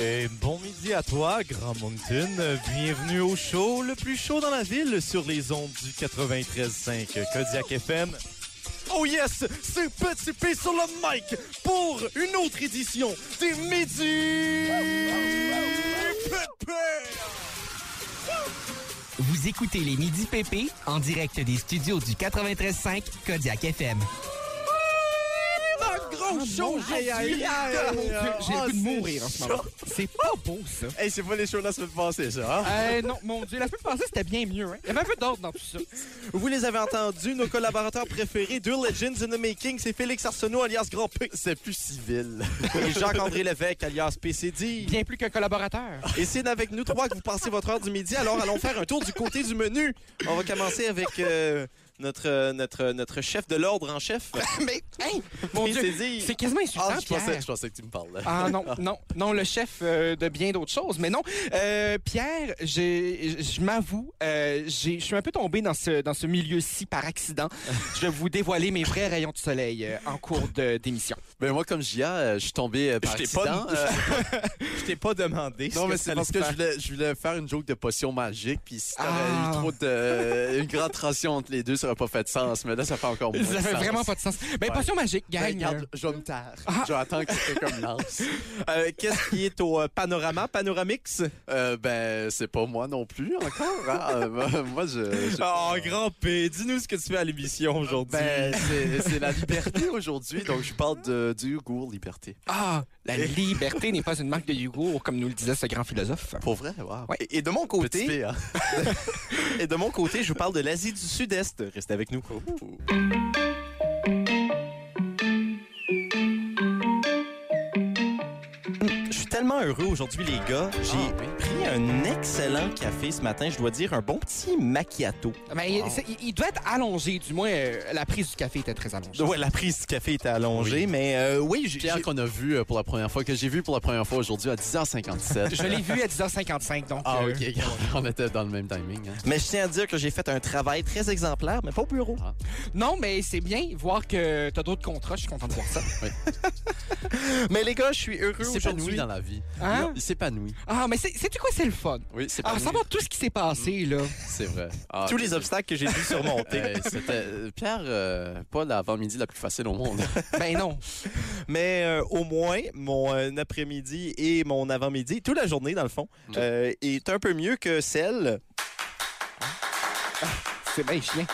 Et bon midi à toi, Grand Mountain. Bienvenue au show, le plus chaud dans la ville, sur les ondes du 93.5 Kodiak FM. Oh yes, c'est Petit P sur le mic pour une autre édition des Midi Pépé. Vous écoutez les Midi PP en direct des studios du 93.5 Kodiak FM. Un Ah, gros show, j'ai Oh, aïe, aïe, aïe. J'ai le Ah, goût de c'est mourir en ce moment. chaud. C'est pas beau, ça. Hey, c'est pas les shows de la semaine passée, ça, hein? Euh, non, mon Dieu, la semaine passée, c'était bien mieux. Hein? Il y avait un peu d'ordre dans tout ça. Vous les avez entendus, nos collaborateurs préférés, deux Legends in the Making, c'est Félix Arsenault alias Grand P, c'est plus civil. Et Jacques-André Lévesque alias PCD. Bien plus qu'un collaborateur. Et c'est avec nous trois que vous passez votre heure du midi, alors allons faire un tour du côté du menu. On va commencer avec euh, notre, euh, notre, notre chef de l'ordre en chef, Mais, hein? Mon Dieu, PCD. c'est quasiment insultant, Ah, je pensais, Pierre. je pensais que tu me parlais. Ah non, non, non, le chef euh, de bien d'autres choses. Mais non, Euh, Pierre, j'ai- je m'avoue, euh, j'ai- je suis un peu tombé dans ce, dans ce milieu-ci par accident. Je vais vous dévoiler mes vrais rayons de soleil euh, en cours de- d'émission. Ben moi, comme Gia, euh, je suis tombé euh, par Je t'ai pas accident. Euh, Je t'ai pas demandé. non, mais c'est parce que je je... voulais, je voulais faire une joke de potion magique, puis si t'aurais Ah. eu trop de... euh, une grande tension entre les deux, ça aurait pas fait de sens. Mais là, ça fait encore moins Ça de fait sens. vraiment pas de sens. Ben, potion magique, Ben, gagne. regarde, je vais me taire. Je vais attendre que quelqu'un me lance. Euh, Qu'est-ce qui est au euh, panorama, panoramix? Euh, ben, c'est pas moi non plus encore. hein. Euh, moi, je... je- Oh, Grand P, dis-nous ce que tu fais à l'émission aujourd'hui. Ben, c'est c'est la liberté aujourd'hui, donc je parle de, du goût liberté. Ah, la liberté n'est pas une marque de yogourt, comme nous le disait ce grand philosophe. Pour vrai, wow. Ouais. Et de mon Petit côté, P, hein. et de mon côté, je vous parle de l'Asie du Sud-Est. Restez avec nous. Je suis tellement heureux aujourd'hui, les gars. J'ai Ah, oui. pris un excellent café ce matin. Je dois dire un bon petit macchiato. Mais il- c'est- il, il doit être allongé, du moins euh, la prise du café était très allongée. Ouais, la prise du café était allongée, mais euh, oui, j'ai- Pierre j'ai- qu'on a vu euh, pour la première fois, que j'ai vu pour la première fois aujourd'hui à 10h57. Je l'ai vu à 10h55, donc. Ah, euh, ok, regarde, on était dans le même timing. Hein. mais je tiens à dire que j'ai fait un travail très exemplaire, mais pas au bureau. Non, mais c'est bien voir que t'as d'autres contrats, je suis content de voir ça. Mais les gars, je suis Il heureux s'épanouit aujourd'hui. dans la vie. Hein? Non, Il s'épanouit. Ah, mais c'est- sais-tu quoi, c'est le fun? Oui, c'est Ah, savoir tout ce qui s'est Mm. passé, là. C'est vrai. Ah, Tous les euh, obstacles que j'ai dû surmonter. euh, c'était euh, Pierre, euh, pas l'avant-midi la plus facile au monde. Ben non. Mais euh, au moins, mon euh, après-midi et mon avant-midi, toute la journée dans le fond, Mm. euh, est un peu mieux que celle C'est bien chien.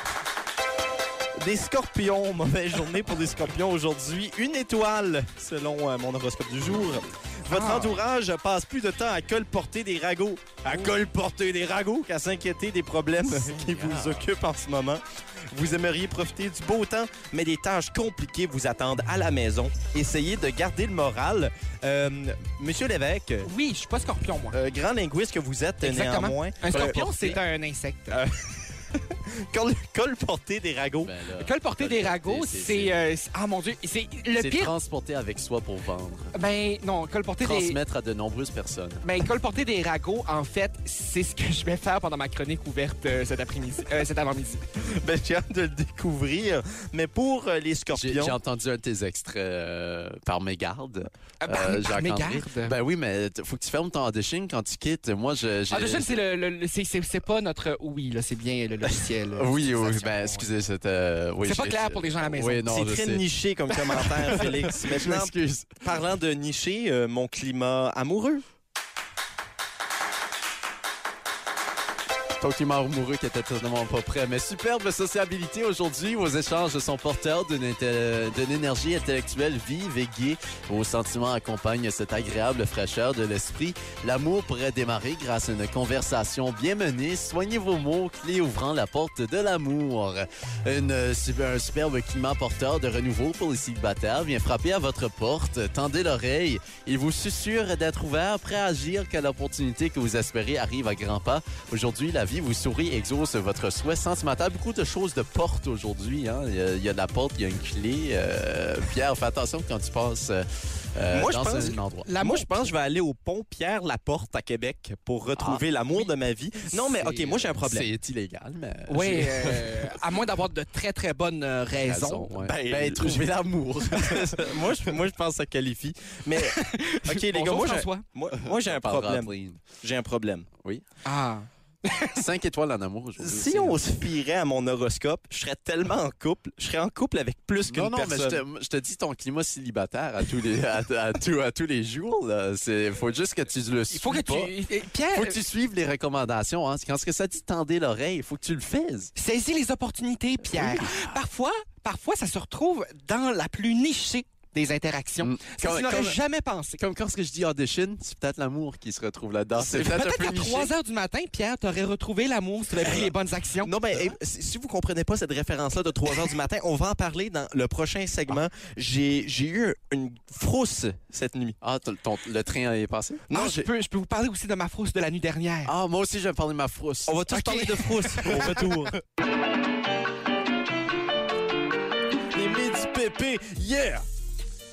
des scorpions. Mauvaise journée pour des scorpions aujourd'hui. Une étoile, selon euh, mon horoscope du jour. Votre Ah. entourage passe plus de temps à colporter des ragots, à colporter des ragots qu'à s'inquiéter des problèmes qui vous occupent en ce moment. Vous aimeriez profiter du beau temps, mais des tâches compliquées vous attendent à la maison. Essayez de garder le moral. Euh, Monsieur l'évêque, Oui, je suis pas scorpion, moi. Euh, grand linguiste que vous êtes Exactement. néanmoins, Un scorpion, porter. c'est un insecte. col, colporter des ragots. Ben là, Colporter des ragots, c'est- c'est... euh, c'est- ah, mon Dieu, c'est le C'est pire... transporter avec soi pour vendre. Ben non, colporter des... Transmettre à de nombreuses personnes. Ben, colporter des ragots, en fait, c'est ce que je vais faire pendant ma chronique ouverte euh, cet après-midi, euh, cet avant-midi. Ben, j'ai hâte de le découvrir. Mais pour euh, les J'ai j'ai scorpions, entendu un de tes extraits euh, par mégarde. Ah, par- Euh, par Jacques-André. mégarde? Ben oui, mais t- faut que tu fermes ton audition quand tu quittes. Moi, je. j'ai- Ah, déjà, c'est le, le- le- c'est- c'est- c'est pas notre oui, là, c'est bien le logiciel. euh, Oui, oui, d'utilisation. ben excusez, c'était. euh, oui, C'est pas j'ai- clair pour les gens à la maison. Oui, non, c'est je très sais. niché comme commentaire, Félix. Je Maintenant, m'excuse. parlant de niché, euh, mon climat amoureux. Ton climat amoureux qui était totalement pas prêt. Mais superbe sociabilité aujourd'hui. Vos échanges sont porteurs d'une inte- d'une énergie intellectuelle vive et gaie. Vos sentiments accompagnent cette agréable fraîcheur de l'esprit. L'amour pourrait démarrer grâce à une conversation bien menée. Soignez vos mots, clés ouvrant la porte de l'amour. Une, euh, su- un superbe climat porteur de renouveau pour les célibataires vient frapper à votre porte. Tendez l'oreille. Il vous susurre d'être ouvert, prêt à agir quand l'opportunité que vous espérez arrive à grands pas. Aujourd'hui, la vie vous sourit, exauce votre souhait sentimental. Beaucoup de choses de porte aujourd'hui. hein. Il, y a- il y a de la porte, il y a une clé. Euh, Pierre, fais attention quand tu passes euh, Moi, je dans pense un endroit. La moi, je pense que je vais aller au pont Pierre-Laporte à Québec pour retrouver l'amour de ma vie. Non, mais OK, Ah, C'est, moi, j'ai un euh, problème. C'est illégal, mais... Oui, euh, à moins d'avoir de très, très bonnes euh, j'ai raisons. raison, ouais. Ben, Ben, trouver l'amour. moi, je, moi, je pense que ça qualifie. Mais, OK, les gars, Bonjour, moi, j'ai- François. moi, moi, j'ai un problème. J'ai un problème. Ah, 5 étoiles en amour aujourd'hui. hein. Si on se fierait à mon horoscope, je serais tellement en couple. Je serais en couple avec plus qu'une Non, non, personne. mais je te, je te dis ton climat célibataire à tous les, à, à tous- à tous les jours. là. C'est- faut juste que tu le il faut que suis pas. tu... Eh, Pierre, faut que tu suives les recommandations. Hein. C'est Quand ce que ça dit tendez l'oreille, il faut que tu le fasses. saisis les opportunités, Pierre. Parfois, parfois, ça se retrouve dans la plus nichée des interactions. Mm. Ça, Comme- tu n'aurais comme- jamais pensé. Comme quand ce que je dis audition, c'est peut-être l'amour qui se retrouve là-dedans. C'est peut-être un Peut-être peu qu'à niché. 3 heures du matin, Pierre, t'aurais retrouvé l'amour si tu avais pris les bonnes actions. Non, mais eh, si si vous comprenez pas cette référence-là de 3 heures du matin, on va en parler dans le prochain segment. J'ai j'ai eu une frousse cette nuit. Ah, t- ton- le train est passé? Non, Ah, je, j'ai- peux, je peux vous parler aussi de ma frousse de la nuit dernière. Ah, moi aussi, je vais parler de ma frousse. on va tous Ok. parler de frousse au retour. Les midi pépé, yeah!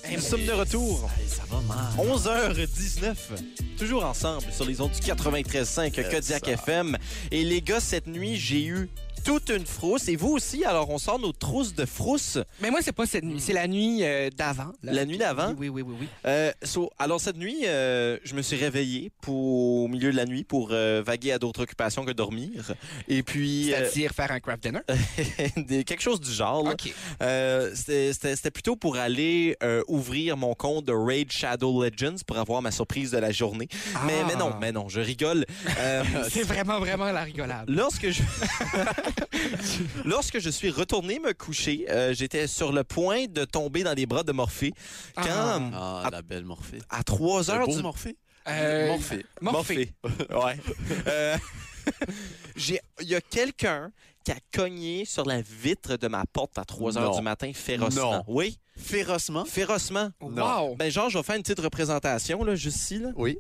Nous sommes de retour, Hey, ça va mal. 11h19, toujours ensemble sur les ondes du 93.5 Euh, Kodiak ça. FM. Et les gars, cette nuit, j'ai eu toute une frousse. Et vous aussi, alors on sort nos trousses de frousse. Mais moi, c'est pas cette nuit, c'est la nuit euh, d'avant. là. La nuit d'avant? Oui, oui, oui, oui. Euh, so, alors cette nuit, euh, je me suis réveillé pour, au milieu de la nuit pour euh, vaguer à d'autres occupations que dormir. Et puis, euh, C'est-à-dire faire un craft dinner. des- quelque chose du genre. là. OK. Euh, C'était c'était- c'était plutôt pour aller euh, ouvrir mon compte de Raid Shadow Legends pour avoir ma surprise de la journée. Mais, Ah. mais non, mais non, je rigole. Euh, C'est vraiment, vraiment la rigolade. Lorsque je... Lorsque je suis retourné me coucher, euh, j'étais sur le point de tomber dans les bras de Morphée. Quand, Ah. Ah, Ah. la belle Morphée. à 3 heures Le beau du Morphée? Euh, Morphée. Morphée. Morphée. ouais. Euh, j'ai- Il y a quelqu'un qui a cogné sur la vitre de ma porte à 3 heures Non. du matin férocement. Non. Hein? Oui, Férocement? férocement. Wow! Ben, genre, je vais faire une petite représentation, là, juste ici, là. Oui.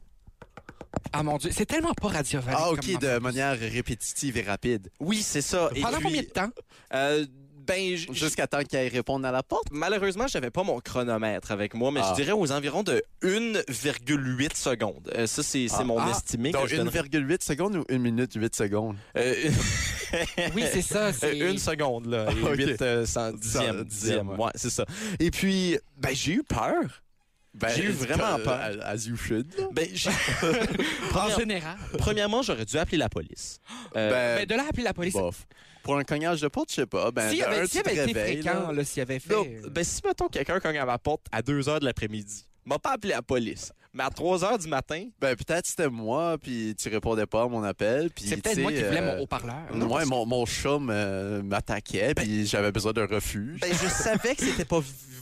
Ah mon Dieu, c'est tellement pas radio Ah, OK, de manière répétitive et rapide. Oui, c'est ça. Et Pendant puis, combien de temps? euh, ben, j- j- Jusqu'à temps qu'elle réponde à la porte. malheureusement, j'avais pas mon chronomètre avec moi, mais Ah. je dirais aux environs de 1,8 secondes. Euh, ça, c'est c'est Ah. mon Ah. estimé que Donc, je donnerais. 1,8 secondes ou 1 minute 8 secondes? Euh, Oui, c'est ça. Euh, c'est- Une seconde, là. Ah, ok. 8 Cent- dixième. dixième, dixième ouais. ouais, c'est ça. Et puis, ben, j'ai eu peur. Ben, J'ai eu vraiment peur. euh, As you should. là. Ben, j'ai- En Première- général. Euh, Premièrement, j'aurais dû appeler la police. Euh, Ben, Mais de là, appeler la police. bof. Pour un cognage de porte, je sais pas. Ben, S'il de un, avait, tu s'il te avait été réveilles, là. fréquent, là, s'il avait fait. euh, non, ben, si, mettons, quelqu'un cogne à ma porte à 2 h de l'après-midi, m'a pas appelé la police. Mais à 3 h du matin, Ben, peut-être c'était moi, puis tu répondais pas à mon appel. puis, c'est tu peut-être sais, moi qui voulais euh, mon haut-parleur. ouais, mon, mon chat me- m'attaquait, puis j'avais besoin d'un refuge. ben, je savais que c'était pas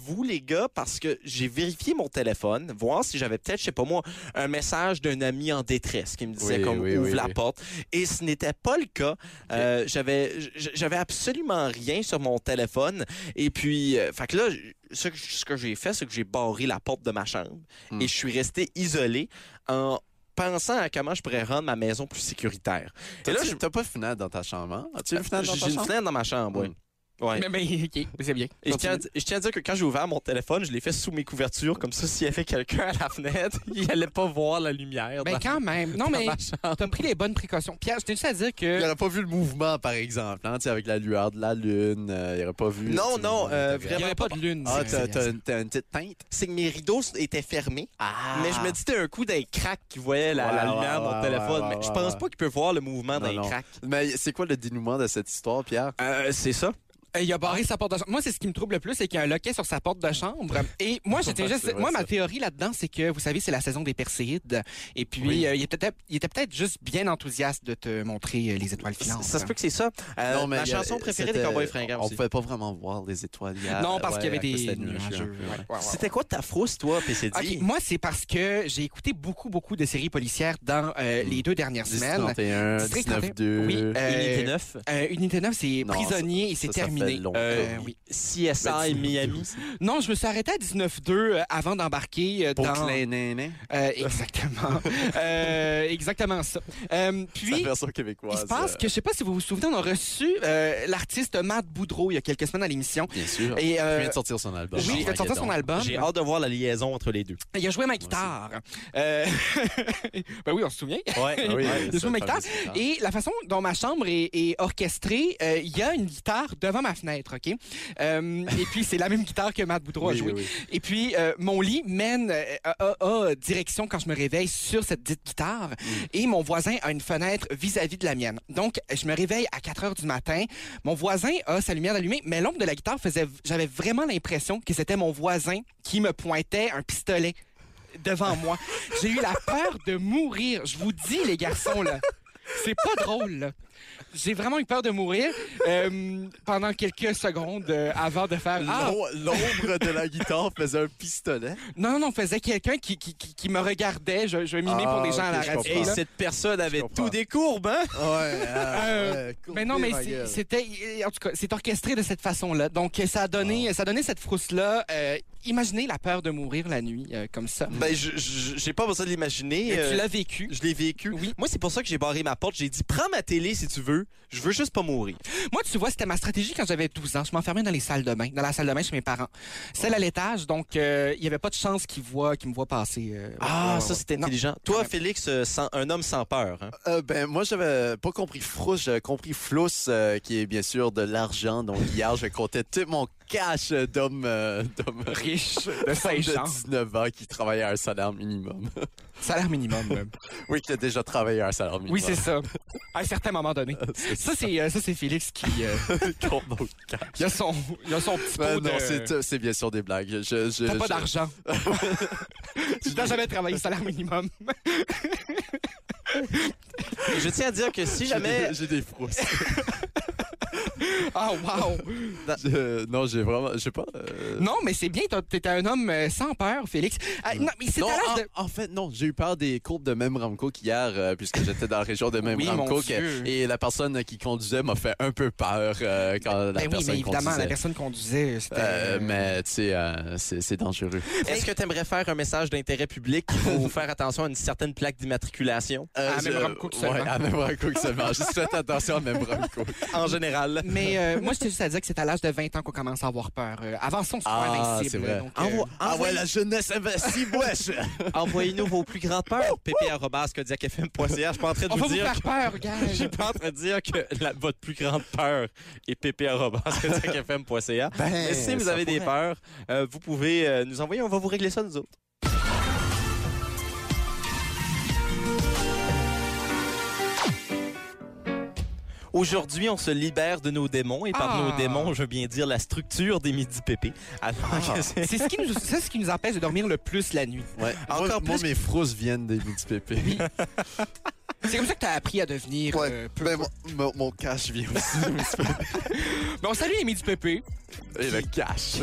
vous, les gars, parce que j'ai vérifié mon téléphone, voir si j'avais peut-être, je sais pas moi, un message d'un ami en détresse qui me disait Oui, comme oui, ouvre oui, la oui. porte. Et ce n'était pas le cas. Euh, j'avais, j- j'avais absolument rien sur mon téléphone. Et puis, euh, fait que là, j- ce que, ce que j'ai fait, c'est que j'ai barré la porte de ma chambre Mm. et je suis resté isolé en pensant à comment je pourrais rendre ma maison plus sécuritaire. Et là, T'as-tu- je- t'as pas de fenêtre dans ta chambre, hein? As-tu une fenêtre dans ta j'ai une chambre? fenêtre dans ma chambre, oui. Mm. Ouais. Mais, mais, ok, c'est bien. Et je tiens, à, di- je tiens à dire que quand j'ai ouvert mon téléphone, je l'ai fait sous mes couvertures, comme ça, s'il y avait quelqu'un à la fenêtre, il allait pas voir la lumière. Ben, dans- quand même. Non, mais ma t'as pris les bonnes précautions. Pierre, je t'ai juste à dire Il que. aurait pas vu le mouvement, par exemple, hein, tu sais, avec la lueur de la lune. euh, il aurait pas vu. Non, tu sais, non, le- euh, Il n'y vraiment avait pas de lune. Ah, c'est- t'as t'as une t'as une petite teinte? C'est que mes rideaux étaient fermés, Ah! mais je me disais un coup d'un crack qui voyait la, la Ouais, ouais, lumière de ouais, mon téléphone. ouais, mais ouais, je pense ouais. pas qu'il peut voir le mouvement Non, d'un non. crack. Mais c'est quoi le dénouement de cette histoire, Pierre? Euh, c'est ça. Euh, Il a barré sa porte de chambre. Moi, c'est ce qui me trouble le plus, c'est qu'il y a un loquet sur sa porte de chambre. Et moi, j'étais C'est juste. vrai, Moi, ça. ma théorie là-dedans, c'est que, vous savez, c'est la saison des Perséides. Et puis, Oui. euh, il était peut-être- il était peut-être juste bien enthousiaste de te montrer euh, les étoiles Ça, filantes. ça se peut que c'est ça. Euh, mais ma il y a- chanson préférée des c'était- Cowboys fringants On aussi. pouvait pas vraiment voir les étoiles hier. Non, parce Ouais, qu'il y avait à cause de la des nuée, je suis un nuageux. peu, ouais. Ouais, ouais, ouais. C'était quoi ta frousse, toi, PCD? Ok, moi, c'est parce que j'ai écouté beaucoup, beaucoup de séries policières dans euh, Mm. les deux dernières semaines. 10-31, District 31, 19-2. oui, euh, Unité 9. Euh, Unité 9, c'est Non, prisonnier et c'est ça, ça fait terminé. fait terminé. longtemps. Euh, oui. CSI Miami. Non, je me suis arrêté à 19-2 euh, avant d'embarquer euh, Pour dans... Euh, exactement. Euh, exactement ça. Euh, sa puis, version québécoise. il euh, se passe que, je sais pas si vous vous souvenez, on a reçu euh, l'artiste Matt Boudreau il y a quelques semaines à l'émission. euh, Bien sûr. Et Il euh, vient de sortir son album. oui, il a sorti son album. Ah, J'ai hâte de voir la liaison entre les deux. Il a joué ma guitare. Euh, ben oui, on se souvient. Ouais, Ah oui, ouais. Il joue ça, au McTarr. fameux guitare. Et la façon dont ma chambre est, est orchestrée, euh, il y a une guitare devant ma fenêtre, OK? Euh, et puis, c'est la même guitare que Matt Boudreau a Oui, joué. oui, oui. Et puis, euh, mon lit mène euh, à, à- à direction quand je me réveille sur cette dite guitare. Mm. Et mon voisin a une fenêtre vis-à-vis de la mienne. Donc, je me réveille à 4 heures du matin. Mon voisin a sa lumière allumée, mais l'ombre de la guitare faisait. J'avais vraiment l'impression que c'était mon voisin qui me pointait un pistolet Ah. devant moi. J'ai eu la peur de mourir. Je vous dis, les garçons, là. C'est pas drôle. là. J'ai vraiment eu peur de mourir euh, pendant quelques secondes euh, avant de faire Ah, L'om- L'ombre de la guitare faisait un pistolet. non, non, non, faisait quelqu'un qui, qui, qui, qui me regardait. Je, je mimais Ah, pour des gens à la ok, je radio. Et comprends. là. cette personne avait comprends. tout des courbes, hein? Ouais. ah, Euh, ouais, Mais non, courbez mais ma c'est- gueule. c'était. euh, En tout cas, c'est orchestré de cette façon-là. Donc, euh, ça a donné, Ah. ça a donné cette frousse-là. Euh, imaginez la peur de mourir la nuit, euh, comme ça. Ben, je- je- j'ai pas besoin de Et l'imaginer. euh, tu l'as vécu. je l'ai vécu. Oui. Moi, c'est pour ça que j'ai barré ma porte. J'ai dit, prends ma télé si tu veux. Je veux juste pas mourir. Moi, tu vois, c'était ma stratégie quand j'avais 12 ans. Je m'enfermais dans les salles de bain, dans la salle de bain chez mes parents. Celle Oh. à l'étage, donc euh, il y n'y avait pas de chance qu'ils voient, qu'ils me voient passer. euh, Ah, Ah, ouais, ouais, ouais. Non. Toi, Quand même. Félix, euh, sans- un homme sans peur. hein? Euh, ben, moi, j'avais pas compris frousse, j'avais compris flousse, euh, qui est bien sûr de l'argent. Donc, hier, je comptais tout mon cash euh, d'homme euh, d'homme Riche de de 16 ans. 19 ans qui travaillait à un salaire minimum. Salaire minimum. euh. oui, qui a déjà travaillé à un salaire minimum. Oui, c'est ça. À un certain moment donné. Ça, c'est euh, ça, c'est Félix qui. euh, ça. Compte mon cash. il, a son, il a son petit pot Ben, de... non, c'est, euh, c'est bien sûr des blagues. Je, je, je- T'as pas je- d'argent. tu n'as jamais travaillé salaire minimum. Je tiens à dire que si j'ai jamais... des- J'ai des frousses. Ah, wow. Je- non, j'ai vraiment. J'ai pas. euh, Non, mais c'est bien, t'as- t'es un homme euh, sans peur, Félix. Ah, non, mais c'est à Mm. Non, l'âge en, de... en fait, non, j'ai eu peur des courbes de Memramco qu'hier, euh, puisque j'étais dans la région de Memramco. mon que- Dieu. et la personne qui conduisait m'a fait un peu peur euh, quand la Ben oui, personne mais évidemment, conduisait. la personne conduisait, c'était... Euh, mais tu sais, euh, c'est c'est dangereux. Est-ce que tu aimerais faire un message d'intérêt public pour faire attention à une certaine plaque d'immatriculation Euh, Ah, À je- Memramco que seulement. Ouais, à Memramco que seulement. Juste faites attention à Memramco. en général? Mais euh, moi, j'étais juste à dire que c'est à l'âge de 20 ans qu'on commence à avoir peur. Euh, avant ça, on se croit Ah, c'est invincible. vrai. donc, euh, Envo- Ah ouais, envoyez- la jeunesse investie, wesh! Envoyez-nous vos plus grandes peurs. pp.codiacfm.ca. Je suis pas en train de on va vous vous dire... faire peur, gars. Je suis pas en train de dire que la- votre plus grande peur est pp.codiacfm.ca. Mais si vous ça avez des pourrait. peurs, euh, vous pouvez euh, nous envoyer. On va vous régler ça, nous autres. Aujourd'hui, on se libère de nos démons. Et par Ah. nos démons, je veux bien dire la structure des midi pépé. Alors que c'est- C'est ce, qui nous- c'est ce qui nous empêche de dormir le plus la nuit. Ouais. Encore moi, plus moi, mes frousses viennent des midi pépés. C'est comme ça que t'as appris à devenir... Ouais. euh, peu- Ben, mon, mon- mon cash vient aussi des midi pépés. Ben, on salue les du pépé. Et le cash.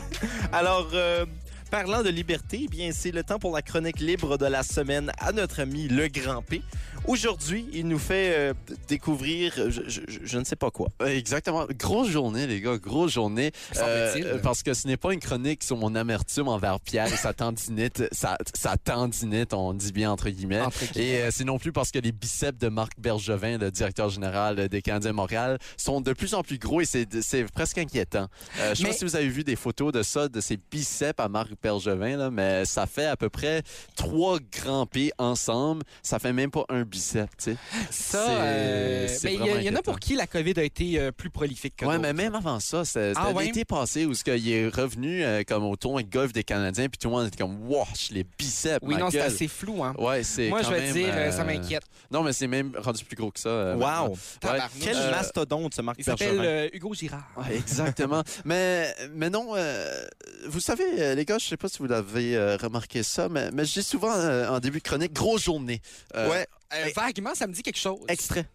Alors, euh, parlant de liberté, eh bien c'est le temps pour la chronique libre de la semaine à notre ami le Grand P. Aujourd'hui, il nous fait euh, découvrir euh, je, je- je- je ne sais pas quoi. Ouais, Exactement. Grosse journée, les gars. Grosse journée. Euh, Semble-t-il. parce que ce n'est pas une chronique sur mon amertume envers Pierre et sa tendinite. Sa, sa tendinite, on dit bien entre guillemets. Entre guillemets. Et euh, c'est non plus parce que les biceps de Marc Bergevin, le directeur général des Canadiens de Montréal, sont de plus en plus gros et c'est c'est presque inquiétant. Euh, je sais Mais- pas si vous avez vu des photos de ça, de ces biceps à Marc Bergevin, là, mais ça fait à peu près trois grands P ensemble. Ça fait même pas un bicep, tu sais. Ça, C'est- euh, c'est ben, il y, vraiment a- il y en a inquiétant. pour qui la COVID a été euh, plus prolifique que Ouais, d'autres. mais même avant ça, c'est- c'était Ah ouais? l'été passé où ce qu'il est revenu euh, comme au tournoi de golf des Canadiens, puis tout le monde était comme wash les biceps. Oui, ma non, c'est gueule. assez flou, hein. Ouais, c'est Moi, quand je vais même, dire, euh, euh, ça m'inquiète. Non, mais c'est même rendu plus gros que ça. euh, maintenant. Wow! Ouais. Tabarnouche. Quel Euh, mastodonte ce Marc Il s'appelle Bergevin. euh, Hugo Girard. Ouais, exactement. mais, mais non, euh, vous savez, euh, les gars, je sais pas si vous l'avez euh, remarqué ça, mais, mais je dis souvent euh, en début de chronique, grosse journée. Euh, Ouais. Euh, vaguement, ça me dit quelque chose. Extrait.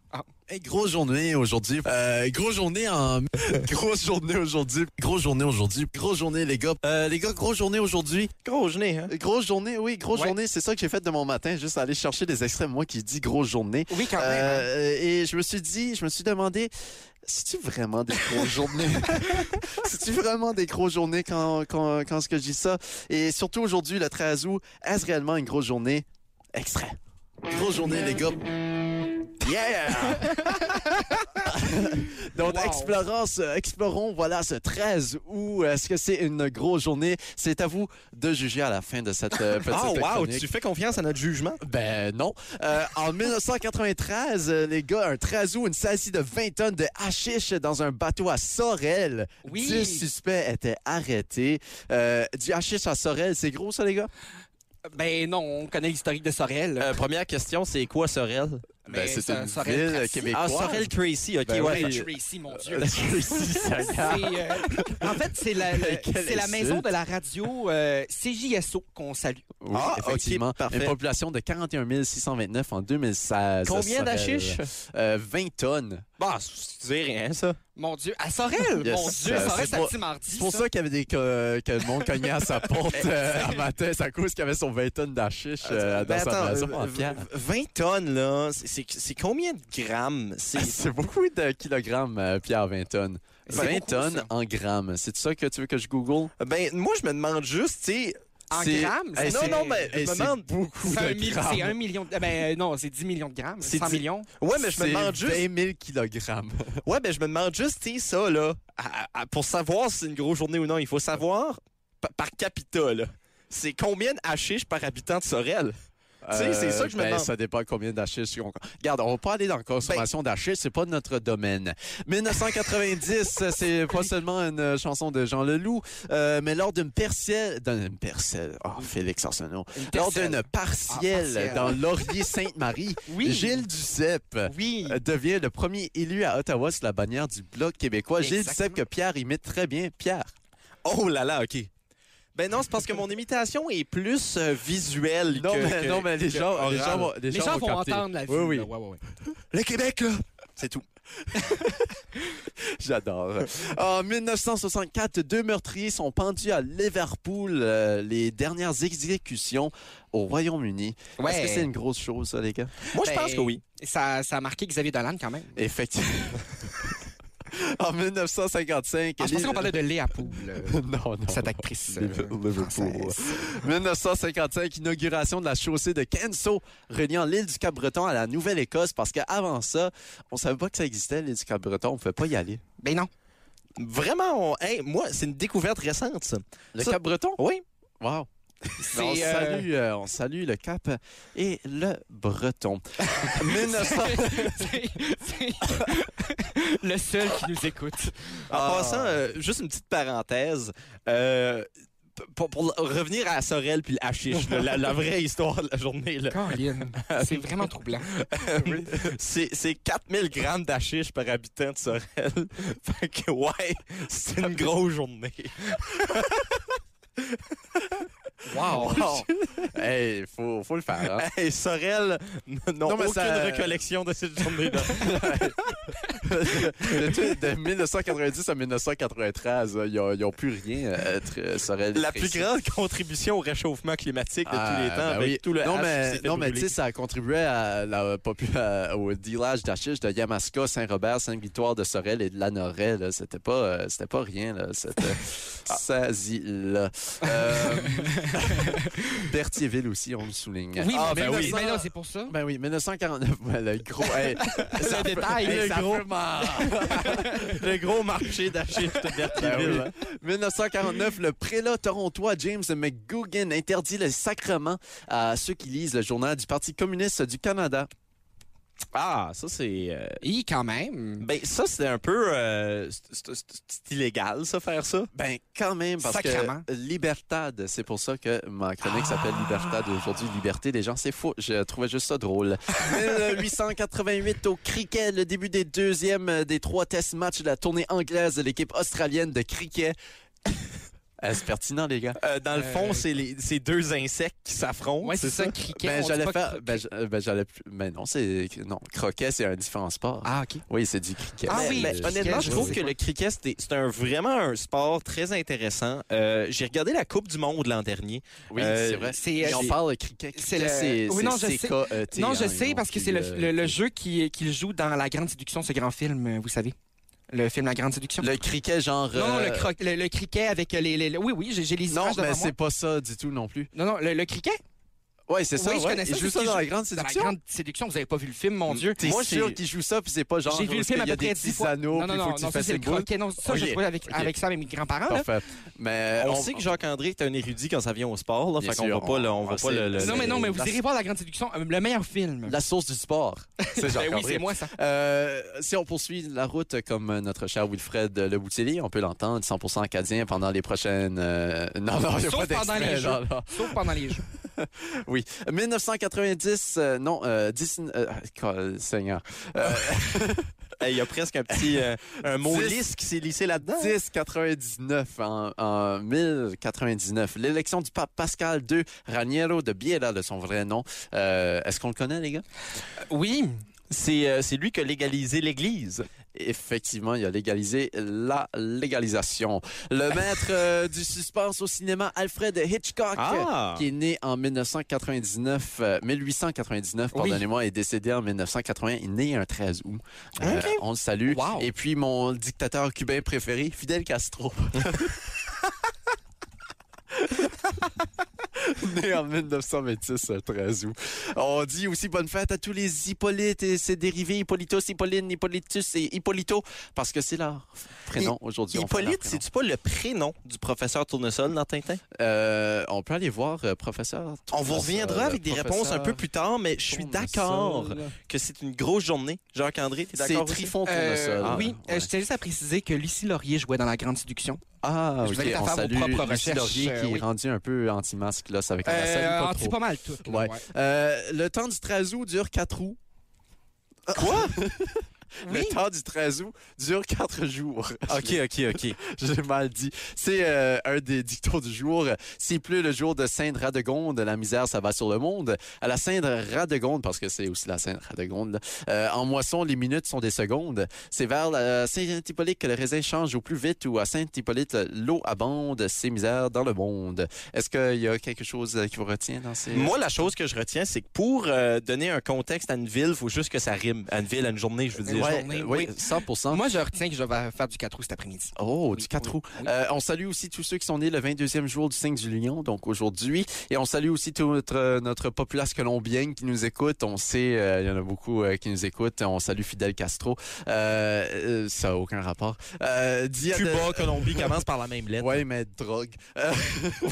Hey, grosse journée aujourd'hui. Euh, grosse journée en. grosse journée aujourd'hui. Grosse journée aujourd'hui. Grosse journée, les gars. Euh, les gars, grosse journée aujourd'hui. Gros nez, hein? Grosse journée, oui, grosse Ouais. journée. C'est ça que j'ai fait de mon matin, juste aller chercher des extraits, moi qui dis grosse journée. Oui, quand même. hein. Euh, et je me suis dit, je me suis demandé, c'est-tu vraiment des grosses journées? c'est-tu vraiment des grosses journées quand, quand, quand ce que je dis ça? Et surtout aujourd'hui, le 13 août, est-ce réellement une grosse journée? Extrait. Grosse journée, les gars. Yeah! Donc, Wow. explorons, ce- explorons, voilà, ce 13 août. Est-ce que c'est une grosse journée? C'est à vous de juger à la fin de cette euh, petite Ah, wow, chronique. tu fais confiance à notre jugement? Ben non. Euh, en 1993, euh, les gars, un 13 août, une saisie de 20 tonnes de hashish dans un bateau à Sorel. Oui. 10 suspects étaient arrêtés. Euh, du hashish à Sorel, c'est gros ça, les gars? Euh, Ben non, on connaît l'historique de Sorel. première question, c'est quoi Sorel? Mais ben, c'est ça- une Sorel ville Tracy. québécoise. Ah, Sorel Tracy, Ah, OK, Ben ouais. Ouais, oui. Tracy, mon Dieu. Euh, Tracy, ça C'est, gare. euh, en fait, c'est la, le- Quelle c'est la insulte. maison de la radio euh, CJSO qu'on salue. Oui, Ah, ok, effectivement. parfait. Une population de 41 629 en 2016. Combien Sorel. d'ashish? Euh, 20 tonnes. Bah, c'est rien, ça. Mon Dieu, à Sorel! Yes, mon Dieu, euh, Sorel, c'est ça pour- dit mardi. C'est pour ça. ça qu'il y avait des que, que le monde cognait à sa porte euh, un matin. C'est à cause qu'il y avait son 20 tonnes d'ashish euh, dans Ben, sa attends, maison euh, en v- pierre. 20 tonnes, là, c'est- c'est c'est combien de grammes? C'est- Ah, C'est beaucoup de kilogrammes, euh, Pierre, 20 tonnes. C'est 20 beaucoup, tonnes ça. en grammes. C'est ça que tu veux que je google? Ben, moi, je me demande juste, tu sais... En Eh, c'est- grammes? Hey, ça non, fait- non, mais hey, je me c'est demande... beaucoup C'est un, de mille- grammes. c'est un million. de- Ben euh, non, c'est 10 millions de grammes. C'est 100 dix- millions. Ouais, mais je me C'est demande juste... 20 000 kilogrammes. Ouais, ben, je me demande juste, tu sais, ça, là, à- à- à- pour savoir si c'est une grosse journée ou non, il faut savoir pa- par capita, là. C'est combien de hachiches par habitant de Sorel? Tu sais, c'est ça que je me ben, demande. Ça dépend combien d'ashish on... Regarde, on va pas aller dans la consommation Ben- d'ashish, c'est pas notre domaine. 1990, c'est pas seulement une euh, chanson de Jean Leloup, euh, mais lors d'une percelle... D'une percelle... Oh, Félix Arsenault. Lors Personne. d'une Ah, partielle partielle. dans Laurier-Sainte-Marie, Oui. Gilles Duceppe... Oui. Euh, devient le premier élu à Ottawa sous la bannière du Bloc québécois. Gilles Exactement. Duceppe que Pierre imite très bien. Pierre. Oh là là, OK. Ben non, c'est parce que mon imitation est plus euh, visuelle que... que- que orale. Les, gens vont capter. entendre la vue. Oui, oui. là. Ouais, ouais, ouais. Le Québec, là, c'est tout. J'adore. En 1964, deux meurtriers sont pendus à Liverpool. euh, les dernières exécutions au Royaume-Uni. Ouais. Est-ce que c'est une grosse chose, ça, les gars? Moi, je Ben, pense que oui. ça, ça a marqué Xavier Dolan quand même. Ah, Effectivement. en 1955... Ah, je pensais les- qu'on parlait de Léa Poule, euh, non, non. cette actrice. euh, Liverpool. française. 1955, inauguration de la chaussée de Kenso reliant l'île du Cap-Breton à la Nouvelle-Écosse parce qu'avant ça, on savait pas que ça existait, l'île du Cap-Breton. On pouvait pas y aller. Ben non. Vraiment, on- hey, moi, c'est une découverte récente, ça. Le Ça- Cap-Breton? Oui. Wow. C'est, Ben, on, euh, salue, euh, on salue le Cap et le Breton. 1900... c'est- c'est le seul qui nous écoute. En Ah. passant, euh, juste une petite parenthèse. euh, p- pour, pour revenir à Sorel puis le hashish, là, la, la vraie histoire de la journée, là. Caroline, c'est vraiment troublant. c'est c'est 4000 grammes d'hashish par habitant de Sorel. fait que, ouais, c'est une grosse journée. Wow. hey, faut, faut le faire. hein. Hey, Sorel n- n'ont Non, mais aucune ça- recollection de cette journée-là. de, tout- de 1990 à 1993, euh, ils ont, ils ont plus rien à être euh, Sorel et la plus Tracy. grande contribution au réchauffement climatique de Ah, tous les temps, ben avec oui. tout le non, hash qui mais, s'est fait non, mais tu brûler. sais, ça contribuait à la popula- au dealage d'Achiche de Yamaska, Saint-Robert, Sainte-Victoire, de Sorel et de Lanoret. là. C'était pas, euh, c'était pas rien, là, cette euh, saisie-là. Euh, Berthierville aussi, on le souligne. Oui, Ah, mais, ben mais- oui. mais non, c'est pour ça. Ben oui, 1949, ouais, le gros... hey, ça peut- détail, hey, le ça gros. peut m'en- le gros marché d'hashish de Berthierville. Ben oui. 1949, le prélat torontois James McGugan interdit le sacrement à ceux qui lisent le journal du Parti communiste du Canada. Ah, ça, c'est... euh, Et quand même. Ben, ça, c'est un peu... euh, c'est- c'est c'est- c'est illégal, ça, faire ça. Ben, quand même, parce Sacrement. Ah! que Libertad, c'est pour ça que ma chronique s'appelle Libertad aujourd'hui, Liberté des gens, c'est faux. Je trouvais juste ça drôle. 1888 au cricket, le début des deuxièmes euh, des trois tests matchs de la tournée anglaise de l'équipe australienne de cricket. Ah, C'est pertinent, les gars. Euh, dans le fond, Euh, c'est les- ces deux insectes qui s'affrontent. Ouais, c'est ça, cricket. Ben, on dit j'allais pas faire. cricket. Ben, je- ben, j'allais. plus- Ben, non, c'est. Non, croquet, c'est un différent sport. Ah, OK. Oui, c'est du cricket. Ah Mais- oui, mais le honnêtement, cricket, je je trouve sais que pas. le cricket, c'est c'est un, vraiment un sport très intéressant. Euh, J'ai regardé la Coupe du Monde l'an dernier. Oui, Euh, c'est vrai. c'est, Et euh, on parle de cricket. c'est Cricket, le- c'est- oui, c'est non, je sais. CKET, Non, je hein, sais, ils parce ont que c'est le, pris, le- euh, le jeu qu'il qui joue dans La Grande Séduction, ce grand film, euh, vous savez. Le film La Grande Séduction. Le cricket, genre. Non, non, euh, le, cro- le- le cricket avec euh, les... les- les- Oui, oui, j'ai, j'ai les Non, images devant mais moi. c'est pas ça du tout non plus. Non, non, le, le cricket Ouais, c'est ça. Oui, je ouais. connais ça, Ils jouent c'est ça qui dans joue- la grande dans La séduction. Mm. Grande Séduction. Vous avez pas vu le film, mon Dieu. T'es Moi, sûr c'est- qu'ils jouent ça, puis c'est pas genre. J'ai vu le parce film qu'il y à a peu près des dix petits fois. Non, anneaux, puis non, il faut non, que non, tu ça, fasses c'est une le boule. croquet. Non, ça, Ok, Ah, je jouais avec, ok. avec ça, avec mes grands-parents. là. Parfait. Mais Euh, on, sait que Jacques-André est un érudit quand ça vient au sport. Là, Euh, Bien fait qu'on sûr, va pas, le- on on va sait. pas le, le- Non, mais non, mais vous la- irez voir La Grande Séduction, euh, le meilleur film. la source du sport. C'est Ben oui, Jacques-André. c'est moi, ça. Euh, si on poursuit la route comme notre cher Wilfred Le Boutillier, on peut l'entendre 100% acadien pendant les prochaines. euh, Non, non, il n'y a Sauf pas pendant les d'extrait, non, jeux. non. Sauf pendant les jeux. Oui. 1990, euh, non, euh, 10, euh, euh, Seigneur. Hey, Il y a presque un petit euh, un mot Dix. lisse qui s'est lissé là-dedans. 1099 en, en 1099. L'élection du pape Pascal II Raniero de Biella, de son vrai nom. Euh, Est-ce qu'on le connaît, les gars? Oui. C'est euh, c'est lui qui a légalisé l'Église. Effectivement, il a légalisé la légalisation. Le maître euh, du suspense au cinéma, Alfred Hitchcock. Ah! qui est né en 1999, euh, 1899, Oui. pardonnez-moi, est décédé en 1980. Il est né un 13 août. Euh, on le salue. Wow. Et puis, mon dictateur cubain préféré, Fidel Castro. né en 1926, un 13 août. On dit aussi bonne fête à tous les Hippolytes et ses dérivés, Hippolytos, Hippolyne, Hippolytus et Hippolito, parce que c'est leur prénom aujourd'hui. On fait leur Hippolyte, prénom. c'est-tu pas le prénom du professeur Tournesol dans Tintin? Euh, on peut aller voir euh, professeur. On vous reviendra avec des réponses un peu plus tard, mais je suis d'accord que c'est une grosse journée. Jacques-André, t'es C'est d'accord aussi? Trifon Euh, Tournesol. oui, Ah, euh, ouais. je tiens juste à préciser que Lucie Laurier jouait dans La Grande Séduction. Ah, je vous ok, invite à on faire vos salue propres Lucie recherches, Laurier euh, qui est oui. rendu un peu anti-masque là, ça avec la salue Euh, pas anti trop. pas mal tout. là, Ouais. Euh, le temps du 13 août dure 4 août. Quoi? Oui. Le temps du 13 août dure 4 jours. OK, OK, OK. J'ai mal dit. C'est euh, un des dictons du jour. S'il pleut le jour de Sainte-Radegonde, la misère, ça va sur le monde. À la Sainte-Radegonde, parce que c'est aussi la Sainte-Radegonde, là, euh, en moisson, les minutes sont des secondes. C'est vers la Saint-Hippolyte que le raisin change au plus vite ou à Saint-Hippolyte, l'eau abonde, c'est misère dans le monde. Est-ce qu'il y a quelque chose euh, qui vous retient dans ces... Moi, la chose que je retiens, c'est que pour euh, donner un contexte à une ville, il faut juste que ça rime. À une ville, à une journée, je veux dire. Ouais. euh, journée, oui, oui. 100 Moi, je retiens que je vais faire du 4 roues cet après-midi. Oh, Oui, du oui, 4 août. oui. Euh, on salue aussi tous ceux qui sont nés le 22e jour du signe du lion, donc aujourd'hui. Et on salue aussi toute notre, notre populace colombienne qui nous écoute. On sait, euh, il y en a beaucoup euh, qui nous écoutent. On salue Fidel Castro. Euh, euh, ça n'a aucun rapport. Euh, Dia de- Cuba, Colombie commencent par la même lettre. Ouais, mais drogue. Euh,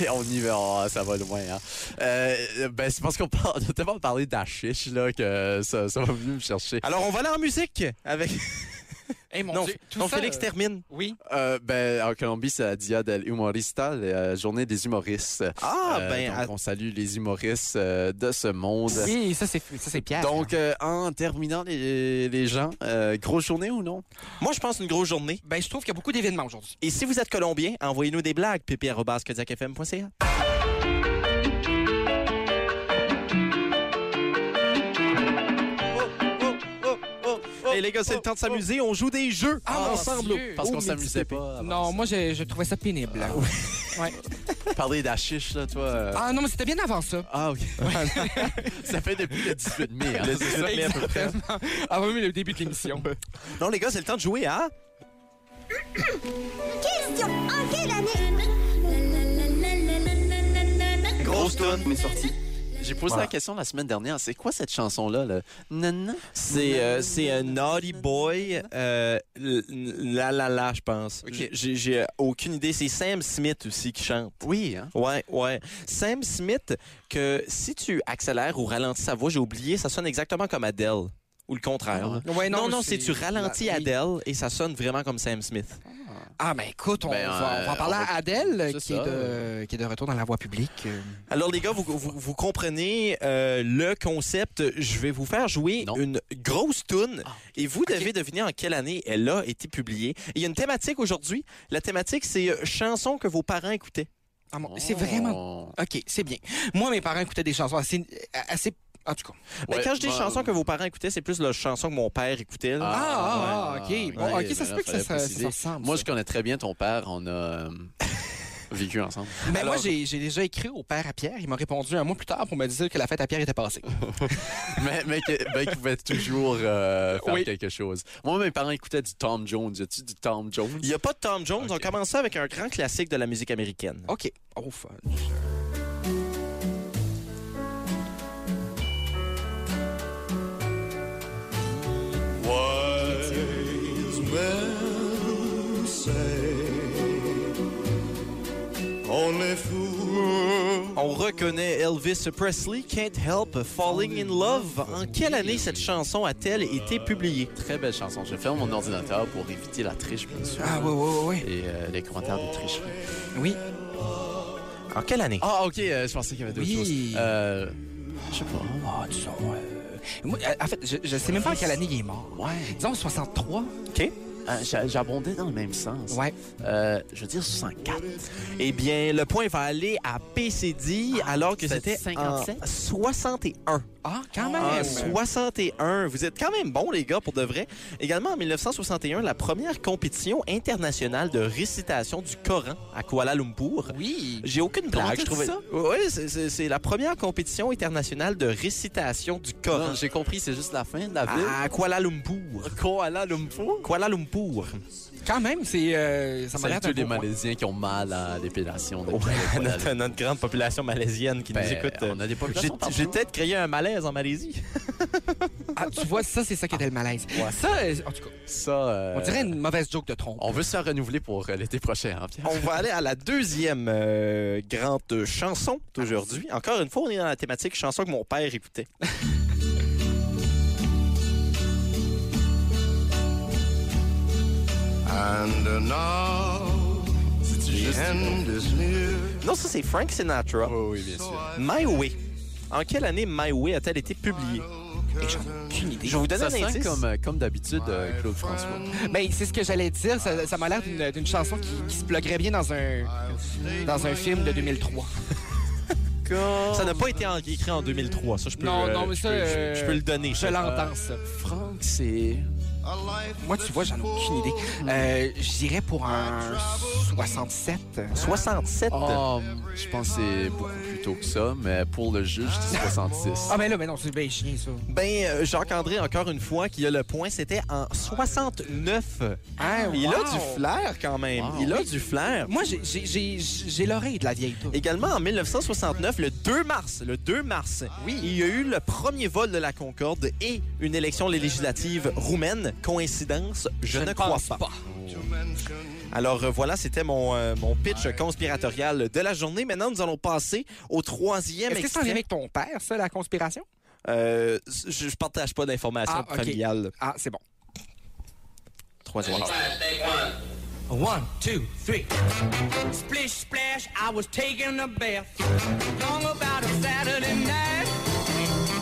hey, on y va, oh, ça va loin. Hein. Euh, ben, c'est parce qu'on parle, on a tellement parlé d'ashish là, que ça, ça va venir me chercher. Alors, on va aller en musique avec. Eh mon non, Dieu, tout non, ça, Félix euh, termine. Oui. Euh, ben, en Colombie, c'est la Dia del Humorista, la journée des humoristes. Ah, Euh, ben, donc, à- on salue les humoristes euh, de ce monde. Oui, ça c'est ça c'est Pierre. Donc, euh, en terminant, les, les gens, euh, grosse journée ou non? moi, je pense une grosse journée. ben je trouve qu'il y a beaucoup d'événements aujourd'hui. Et si vous êtes Colombien, envoyez-nous des blagues, pipi.kodiakfm.ca. Oh, Et les gars, c'est le temps de s'amuser. On joue des jeux Ah, mon ensemble. Dieu. au- Parce au qu'on s'amusait Mixtapé. pas. avant non, moi je, je trouvais Ah ça pénible. là. ouais. ça. Parler d'ashish, là, toi. euh. Ah non, mais c'était bien avant ça. Ah, OK. ça fait depuis le 18 mai. hein. Le 18 mai, à peu près. Exactement. Avant même Ah le début de l'émission. Non, les gars, c'est le temps de jouer hein? à. Question En quelle année Grosse toune, mais sortie. J'ai posé Voilà. la question la semaine dernière. C'est quoi cette chanson-là? le Nana? C'est euh, c'est un Naughty Boy, euh, l- la la la, je pense. J'ai- J'ai j'ai aucune idée. C'est Sam Smith aussi qui chante. Oui, hein? Ouais, ouais. Sam Smith, que si tu accélères ou ralentis sa voix, j'ai oublié, ça sonne exactement comme Adele. ou le contraire. Ah là. Ouais, Non, non, c'est tu ralentis Oui. Adele et ça sonne vraiment comme Sam Smith. Ah, ben écoute, on, Ben, va, on va euh, en parler on va- à Adèle, c'est qui est, ça. euh. de, qui est de retour dans la voie publique. Euh, Alors, les gars, vous, vous, vous comprenez euh, le concept. Je vais vous faire jouer Non. Ah. une grosse toune et vous devez ok. deviner en quelle année elle a été publiée. Et Il y a une thématique aujourd'hui. La thématique, c'est euh, chansons que vos parents écoutaient. ah, mon- Oh. C'est vraiment... OK, c'est bien. Moi, mes parents écoutaient des chansons assez... assez... En tout cas. Mais Ouais, quand je dis ben, chansons que vos parents écoutaient, c'est plus la chanson que mon père écoutait. là. Ah, ah, ouais. OK. Bon, Ouais, OK, ça ben se là, peut que ça, ça- fallait ça préciser. ressemble. Moi, ça. je connais très bien ton père. On a euh, vécu ensemble. Mais Ben, moi, Alors- j'ai j'ai déjà écrit au père à Pierre. Il m'a répondu un mois plus tard pour me dire que la fête à Pierre était passée. mais, mais, que- mais qui pouvait toujours euh, faire Oui. quelque chose. Moi, mes parents écoutaient du Tom Jones. Y a-tu du Tom Jones? Il n'y a pas de Tom Jones. On Ok. commence ça avec un grand classique de la musique américaine. OK. Oh, fun. Wise men say only Oh. fools. On reconnaît Elvis Presley, Can't Help Falling in Love. En quelle année cette chanson a-t-elle été publiée? Très belle chanson. Je ferme mon ordinateur pour éviter la triche, bien sûr. Ah, oui, oui, oui. Et euh, les commentaires de triche. Oui. En quelle année? Ah, OK. euh, je pensais qu'il y avait d'autres Oui. choses. Euh, je sais pas. Ah, disons. euh, moi, euh, en fait, je, je sais même pas en quelle année il est mort. Ouais. Disons 63. Euh, j'a- J'abondais dans le même sens. Ouais. Euh, je veux dire 64. Eh bien, le point va aller à PCD alors que c'était c'était en 61. Ah, quand même. En 61, vous êtes quand même bons les gars pour de vrai. Également en 1961, la première compétition internationale de récitation du Coran à Kuala Lumpur. Oui. J'ai aucune blague, je t'as trouvais. dit ça? Oui, c'est- c'est c'est la première compétition internationale de récitation du Ah. Coran Non, J'ai compris, c'est juste la fin de la ville. à Kuala Lumpur. Koala Lumpur. Kuala Lumpur. Quand même, c'est. euh, ça m'a Salut l'air tous d'un les beau point. Malaisiens qui ont mal à l'épilation. de Koala notre, notre grande population malaisienne qui Ben, nous écoute. euh, on a des J'ai populations partout. j'ai peut-être créé un malaise en Malaisie. Ah, tu vois, ça, c'est ça qui était le malaise. Ça, euh, en tout cas, Ça, euh, on dirait une mauvaise joke de trompe. on veut se faire renouveler pour euh, l'été prochain, hein, Pierre? On va aller à la deuxième euh, grande euh, chanson d'aujourd'hui. Encore une fois, on est dans la thématique chanson que mon père écoutait. And now the end is near. Non, ça c'est Frank Sinatra. Oui, oui, bien sûr. My Way. En quelle année My Way a-t-elle été publiée? Je vais vous donner Ça un sonne indice. comme, euh, comme d'habitude, euh, Claude François. Ben, c'est ce que j'allais dire. Ça, ça m'a l'air d'une- d'une chanson qui, qui se pluguerait bien dans un, dans un film de 2003. euh, Ça n'a pas été en- écrit en 2003, ça je peux, Non, euh, non, mais je ça, peux- je- euh, je, peux le donner. Je ça. l'entends, ça. Franck, c'est... Moi, tu vois, j'en ai aucune idée. Euh, J'irais pour un 67. 67. Ah. Oh, je pense que c'est beaucoup plus tôt que ça, mais pour le juge, je dis 66. Ah, ben là, mais non, c'est bien chien, ça. Ben, euh, Jacques-André, encore une fois, qui a le point, c'était en 69. Ah, Il a wow. du flair quand même. Wow. Il a du flair. Moi, j'ai- j'ai- j'ai j'ai l'oreille de la vieille tour. Également en 1969, le 2 mars, le 2 mars, il y a eu le premier vol de la Concorde et une élection législative roumaine. Coïncidence, je, ne crois pense pas. Alors euh, voilà, c'était mon, euh, mon pitch conspiratorial de la journée. Maintenant, nous allons passer au troisième Est-ce que c'est en lien extrait. avec ton père, ça, la conspiration? Euh, je ne partage pas d'informations Ah, ok. familiales. Ah, c'est bon. Troisième extrait. One, two, three. Splish splash, I was taking a bath. Long about a Saturday night.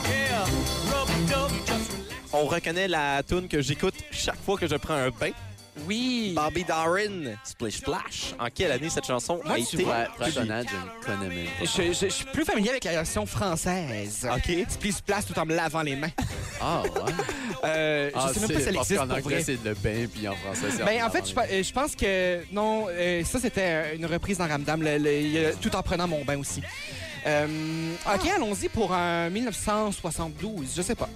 Yeah, rubbed up, just relax. On reconnaît la tune que j'écoute chaque fois que je prends un bain. Oui. Bobby Darin, Splish Splash. En quelle année cette chanson a Moi, tu été Ouais, pour être publiée? honnête, je ne connais même pas. Je, je- je suis plus familier avec la version française. Ok. Splish place tout en me lavant les mains. Ah, ouais? Euh, Ah, je sais même pas c'est- si elle parce existe qu'en pour anglais, vrai. c'est le bain, puis en français, c'est... Ben, en fait, je, pa- euh, je pense que non, euh, ça c'était euh, une reprise dans Ramdam, le- le- il y a- tout en prenant mon bain aussi. Euh, ok, allons-y pour un 1972, je sais pas.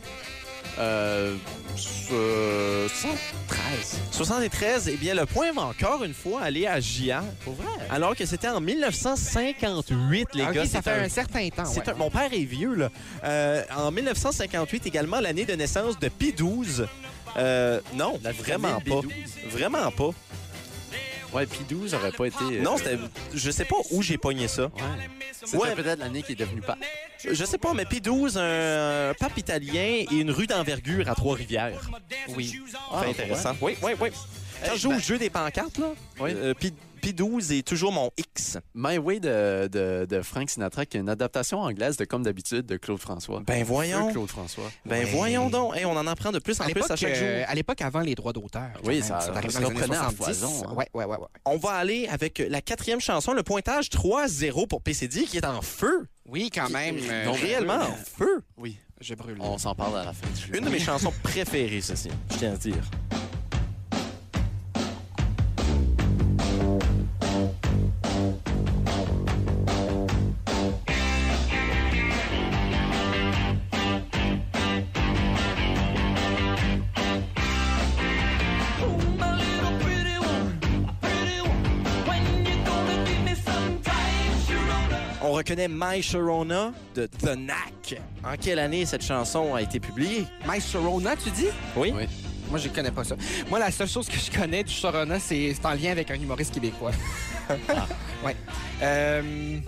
Euh... ce- 113. 73, eh bien, le point va encore une fois aller à JR, Pour vrai? alors que c'était en 1958, les Ah, Ok, gars. ça c'est fait un- un, certain temps. c'est ouais. un- mon père est vieux, là. Euh, en 1958, également l'année de naissance de P12. Euh, non, La vraiment pas. famille Vraiment pas. Ouais, puis 12 aurait pas été... euh, Non, c'était. Je sais pas où j'ai pogné ça. Ouais. C'était Ouais. peut-être l'année qui est devenue pas. Je sais pas, mais P12, un, un pape italien et une rue d'envergure à Trois-Rivières. Oui. C'est intéressant. Oui, oui, oui. Quand Hey, je joue ben- au jeu des pancartes, là, Oui. euh, P- P12 est toujours mon X. My Way de, de, de Frank Sinatra, qui est une adaptation anglaise de Comme d'habitude de Claude François. Ben voyons. Feu Claude François. Ben Ouais. voyons donc. Hey, on en apprend de plus en À plus l'époque, à chaque jour. euh, à l'époque, avant les droits d'auteur. quand Oui, même, ça- arrive ça dans les années reprenait en 70. foison, hein. Ouais, ouais, ouais, ouais. On va aller avec euh, la quatrième chanson, le pointage 3-0 pour PCD qui est en feu. Oui, quand même. euh, Donc je- réellement en feu. Oui, Je brûle. on s'en parle à la fin. du- Une de mes chansons préférées, ceci, je tiens à dire. On reconnaît My Sharona de The Knack. En quelle année cette chanson a été publiée? My Sorona, tu dis? Oui. Oui. Moi, je connais pas ça. Moi, la seule chose que je connais du Sorona, c'est c'est en lien avec un humoriste québécois. Ah. ouais. Euh,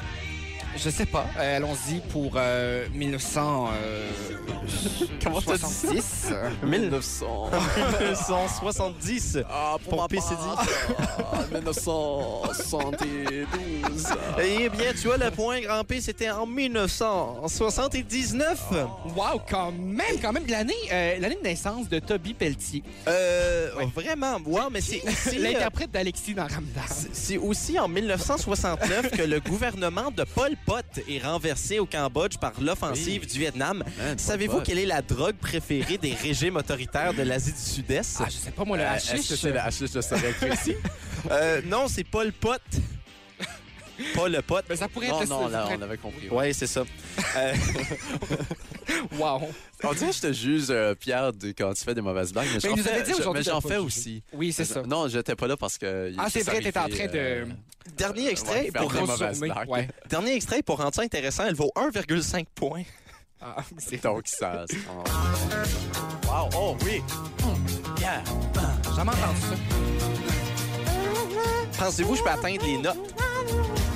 je sais pas. Euh, Allons-y pour euh, 1970. Comment t'as dit ça? 1900. Ah, 1970. Ah, Pour PCD. 1972. Eh bien, tu vois, le point grand P, c'était en 1979. Ah. Wow, quand même, quand même. L'année euh, l'année de naissance de Toby Pelletier, Euh, Vraiment, wow, mais c'est aussi, euh, l'interprète d'Alexis dans Ramdam. c'est- c'est aussi en 1969 que le gouvernement de Pol Pot est renversé au Cambodge par l'offensive du Vietnam. Man, Savez-vous Pol Pot. quelle est la drogue préférée des régimes autoritaires de l'Asie du Sud-Est? Ah, je sais pas, moi, le Euh, hashish. est-ce que c'est ça. la hashish de Sorel Tracy? Euh, non, c'est Pol Pot. Pas le pot. Ben, ça pourrait Non, être... non, ça là, pourrait- on avait compris. Ouais, c'est ça. Euh, Wow. On dirait que je te juge, euh, Pierre, de- quand tu fais des mauvaises blagues. Mais il j'en nous avait fais, dit je- aujourd'hui mais de j'en pas fais juger. aussi. Oui, c'est ça. Non, j'étais pas là parce que. il Ah, est c'est juste vrai, t'étais en arrivé, train de... euh, dernier extrait ouais, faire pour des grosse mauvaises journée, blagues. ouais. Dernier extrait pour rendre ça intéressant, elle vaut 1,5 points. Ah, c'est Donc, ça. Ah. Wow, oh oui! Yeah! Jamais entendu ça. Pensez-vous que je peux atteindre les notes?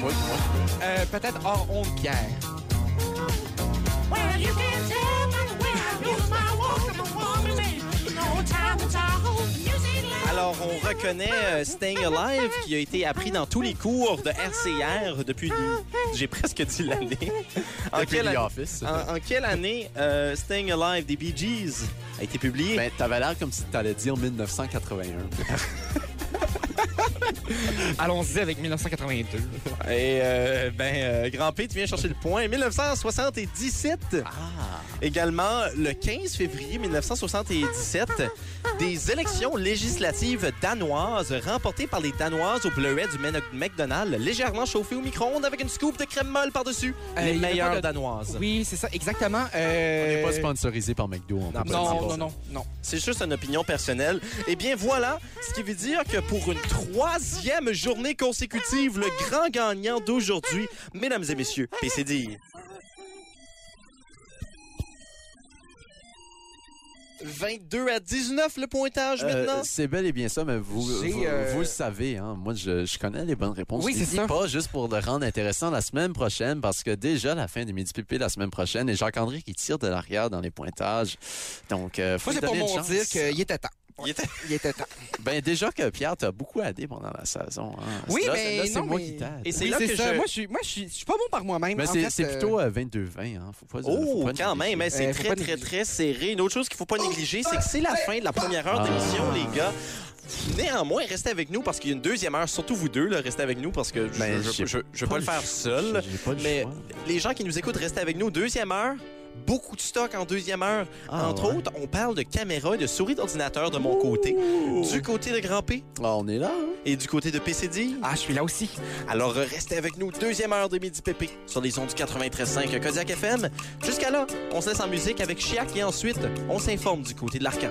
Moi, moi, Euh, Peut-être hors honte, Pierre. Well, you can tell by the way I do my walk, I'm a woman, man. No time to talk. Music loud. Alors, on reconnaît euh, Staying Alive qui a été appris dans tous les cours de RCR depuis. J'ai presque dit l'année. En, depuis quelle The année- Office. Ah. en- en quelle année euh, Staying Alive des Bee Gees a été publié? Ben, t'avais l'air comme si t'allais dire 1981. Allons-y avec 1982. Et euh, ben, euh, Grand P, tu viens chercher le point. 1977. Ah. Également, le 15 février 1977, des élections législatives danoises remportées par les Danoises au bleuet du Mc- McDonald's, légèrement chauffées au micro-ondes avec une scoop de crème molle par-dessus. Euh, les il y avait meilleures pas de- Danoises. Oui, c'est ça, exactement. Euh... T'es pas sponsorisé par McDo, on peut pas dire Non, non, ça. non, non. C'est juste une opinion personnelle. Eh bien, voilà, ce qui veut dire que pour une troisième journée consécutive, le grand gagnant d'aujourd'hui, mesdames et messieurs, PCD. « 22 à 19 le pointage Euh, maintenant. c'est bel et bien ça, mais vous, J'ai, vous, euh, vous le savez, hein. moi je, je connais les bonnes réponses. Oui, Je les c'est dis ça. pas juste pour le rendre intéressant la semaine prochaine, parce que déjà la fin des midi pipés la semaine prochaine, et Jacques-André qui tire de l'arrière dans les pointages. Donc, euh, faut Moi, lui c'est pour donner une mon chance. dire qu'il était temps. Il était- Il était temps. Ben déjà que Pierre t'a beaucoup aidé pendant la saison. hein. Oui, Là, mais là, c'est non, moi mais- qui t'aide. Et c'est Oui, là que ça. je- Moi, je suis, moi, je suis, je suis pas bon par moi-même. Mais En c'est fait, c'est euh, plutôt euh, 22-20, hein. Faut pas, faut Oh, pas quand négliger. même, hein, c'est Euh, faut très, pas très, négliger. très serré. Une autre chose qu'il faut pas négliger, c'est que c'est la fin de la première heure Ah. d'émission, les gars. Néanmoins, restez avec nous parce qu'il y a une deuxième heure, surtout vous deux, là, restez avec nous parce que je, Ben, je, j'ai je- je vais pas le faire seul. J'ai pas le Mais choix. les gens qui nous écoutent, restez avec nous. Deuxième heure, beaucoup de stock en deuxième heure. Ah, Entre ouais. autres, on parle de caméra et de souris d'ordinateur de mon côté, du côté de Grand P Ah, on est là. hein. et du côté de PCD. Ah, je suis là aussi. Alors euh, restez avec nous, deuxième heure de Midi Pépé sur les ondes du 93.5 Kodiak FM. Jusqu'à là, on se laisse en musique avec Chiac et ensuite, on s'informe du côté de l'Arcan.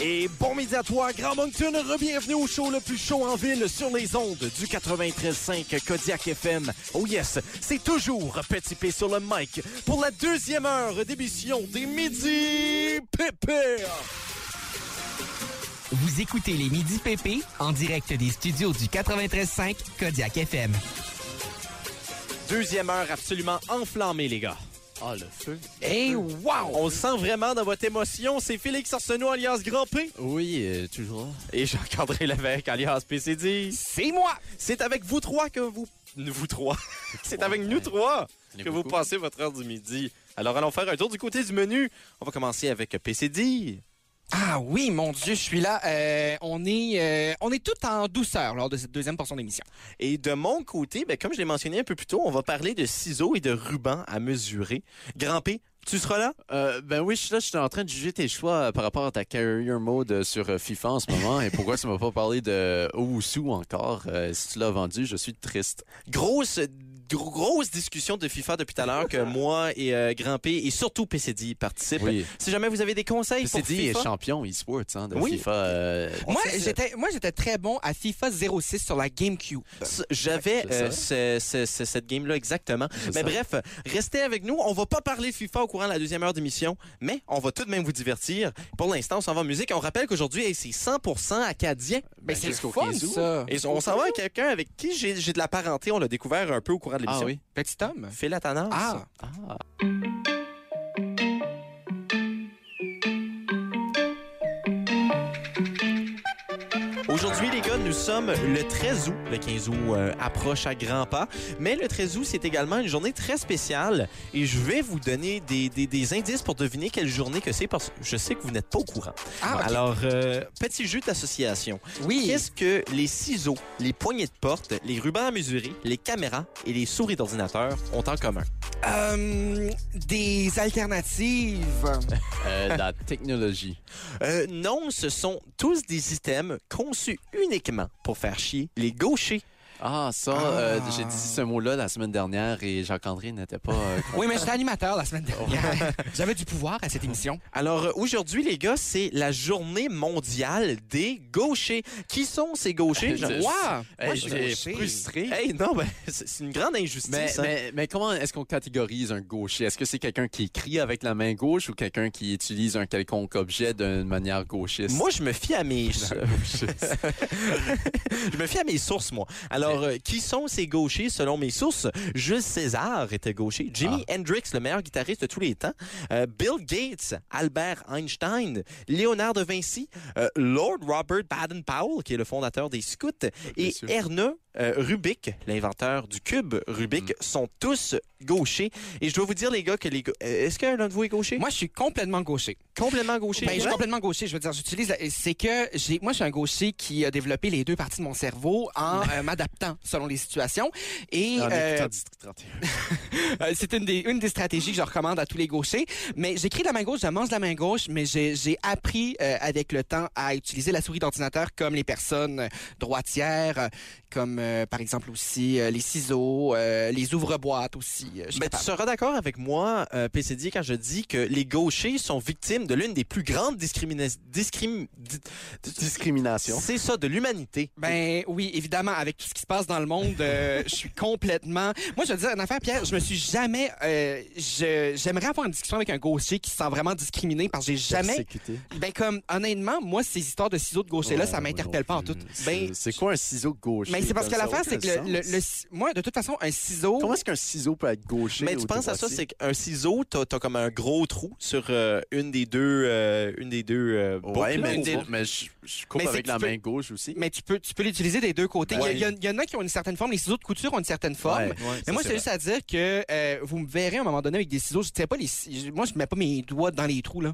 Et bon midi à toi, Grand Moncton. Bienvenue au show le plus chaud en ville sur les ondes du 93.5 Kodiak FM. Oh yes, c'est toujours Petit P sur le mic pour la deuxième heure d'émission des Midi Pépé. Vous écoutez les Midi PP en direct des studios du 93.5 Kodiak FM. Deuxième heure absolument enflammée, les gars. Ah, le feu. Et wow! On le sent vraiment dans votre émotion. C'est Félix Arsenault alias Grand P Oui, euh, toujours. et Jacques-André Lévesque alias PCD. C'est moi! C'est avec vous trois que vous... Vous trois. C'est avec nous trois que vous passez votre heure du midi. Alors, allons faire un tour du côté du menu. On va commencer avec PCD. Ah oui, mon Dieu, je suis là. Euh, on est euh, on est tout en douceur lors de cette deuxième portion d'émission. Et de mon côté, ben, comme je l'ai mentionné un peu plus tôt, on va parler de ciseaux et de rubans à mesurer. Grand P, tu seras là? Euh, ben oui, je suis là, je suis en train de juger tes choix euh, par rapport à ta career mode euh, sur euh, FIFA en ce moment. et pourquoi tu m'as pas parlé de Owusu encore? Euh, si tu l'as vendu, je suis triste. Grosse, gro- grosse discussion de FIFA depuis tout à l'heure que moi et euh, Grand P et surtout PCD participent. Oui. Si jamais vous avez des conseils pour PCD est FIFA, champion e-sports hein, de Oui. FIFA. euh, Moi, j'étais moi j'étais très bon à FIFA 06 sur la GameCube. Ben, S- J'avais C'est euh, ce- ce- ce- cette game-là exactement. C'est Mais ça. bref, restez avec nous. On va pas parler FIFA au courant de la deuxième heure d'émission, mais on va tout de même vous divertir. Pour l'instant, on s'en va en musique. On rappelle qu'aujourd'hui, hey, c'est 100% acadien. Ben, c'est le jusqu'au fun, 15 août. ça. Et on s'en va à quelqu'un avec qui j'ai j'ai de la parenté. On l'a découvert un peu au courant de Ah l'émission. oui. Petit homme. Phil Atanas. Ah, Ah. Aujourd'hui, les gars, nous sommes le 13 août. Le 15 août euh, approche à grands pas. Mais le 13 août, c'est également une journée très spéciale. Et je vais vous donner des, des- des indices pour deviner quelle journée que c'est parce que je sais que vous n'êtes pas au courant. ah ok. Alors, euh, petit jeu d'association. oui. Qu'est-ce que les ciseaux, les poignées de porte, les rubans à mesurer, les caméras et les souris d'ordinateur ont en commun? Euh, des alternatives. Euh, la technologie. Euh, non, ce sont tous des items conçus uniquement pour faire chier les gauchers. Ah, ça, Ah. euh, j'ai dit ce mot-là la semaine dernière et Jacques-André n'était pas... euh, Oui, mais j'étais animateur la semaine dernière. J'avais du pouvoir à cette émission. Alors euh, aujourd'hui, les gars, c'est la journée mondiale des gauchers. Qui sont ces gauchers? Je- Wow! Wow! Moi, Hey, je suis gaucher. frustré. Hey, non, ben, c'est c'est une grande injustice. Mais, hein. mais, mais comment est-ce qu'on catégorise un gaucher? Est-ce que c'est quelqu'un qui crie avec la main gauche ou quelqu'un qui utilise un quelconque objet d'une manière gauchiste? Moi, je me fie à mes... Gauchiste. Je me fie à mes sources, moi. Alors, euh, qui sont ces gauchers selon mes sources? Jules César était gaucher. Jimi Ah. Hendrix, le meilleur guitariste de tous les temps. Euh, Bill Gates, Albert Einstein, Léonard de Vinci, euh, Lord Robert Baden-Powell, qui est le fondateur des Scouts, et sûr. Erne euh, Rubik, l'inventeur du cube Rubik, Mm. sont tous gauchers. Et je dois vous dire, les gars, que les... ga- euh, Est-ce que l'un de vous est gaucher? Moi, je suis complètement gaucher. complètement gaucher. Ben, je suis Ouais. complètement gaucher. Je veux dire, j'utilise. la- C'est que j'ai. Moi, je suis un gaucher qui a développé les deux parties de mon cerveau en euh, m'adaptant selon les situations. Et En euh, écoutant District 31. euh, c'est une des une des stratégies que je recommande à tous les gauchers. Mais j'écris de la main gauche, je mange de la main gauche, mais j'ai j'ai appris euh, avec le temps à utiliser la souris d'ordinateur comme les personnes euh, droitières, euh, comme euh, par exemple aussi euh, les ciseaux, euh, les ouvre-boîtes aussi. euh, je suis Ben, tu capable. seras d'accord avec moi, euh, PCD, quand je dis que les gauchers sont victimes de l'une des plus grandes discriminations. Discrimination. C'est ça, de l'humanité. Ben oui, évidemment, avec tout ce qui se passe dans le monde, euh, je suis complètement. Moi, je veux dire une affaire, Pierre, je me suis jamais. euh, je- J'aimerais avoir une discussion avec un gaucher qui se sent vraiment discriminé parce que j'ai jamais. Persécuté. Ben comme, honnêtement, moi, ces histoires de ciseaux de gaucher-là, Ouais, ça moi m'interpelle non pas en plus. tout. C'est- Ah, Mm, C'est quoi un ciseau gauche? Mais c'est parce que l'affaire, c'est que le, le- le ci- moi, de toute façon, un ciseau. Comment est-ce qu'un ciseau peut être gaucher? Mais tu ou penses à ça, droitier? c'est qu'un ciseau, t'as as comme un gros trou sur euh, une des deux, euh, une des deux euh, boucles, Ouais, là, mais, ou- mais je, je coupe Mais c'est avec que la tu peux- main gauche aussi. Mais tu peux, tu peux l'utiliser des deux côtés. Il y, a- il y en a qui ont une certaine forme, les ciseaux de couture ont une certaine forme. Ouais. Mais moi, c'est juste à dire que euh, vous me verrez à un moment donné avec des ciseaux. Je tiens pas les. ci- Moi, je mets pas mes doigts dans les trous, là.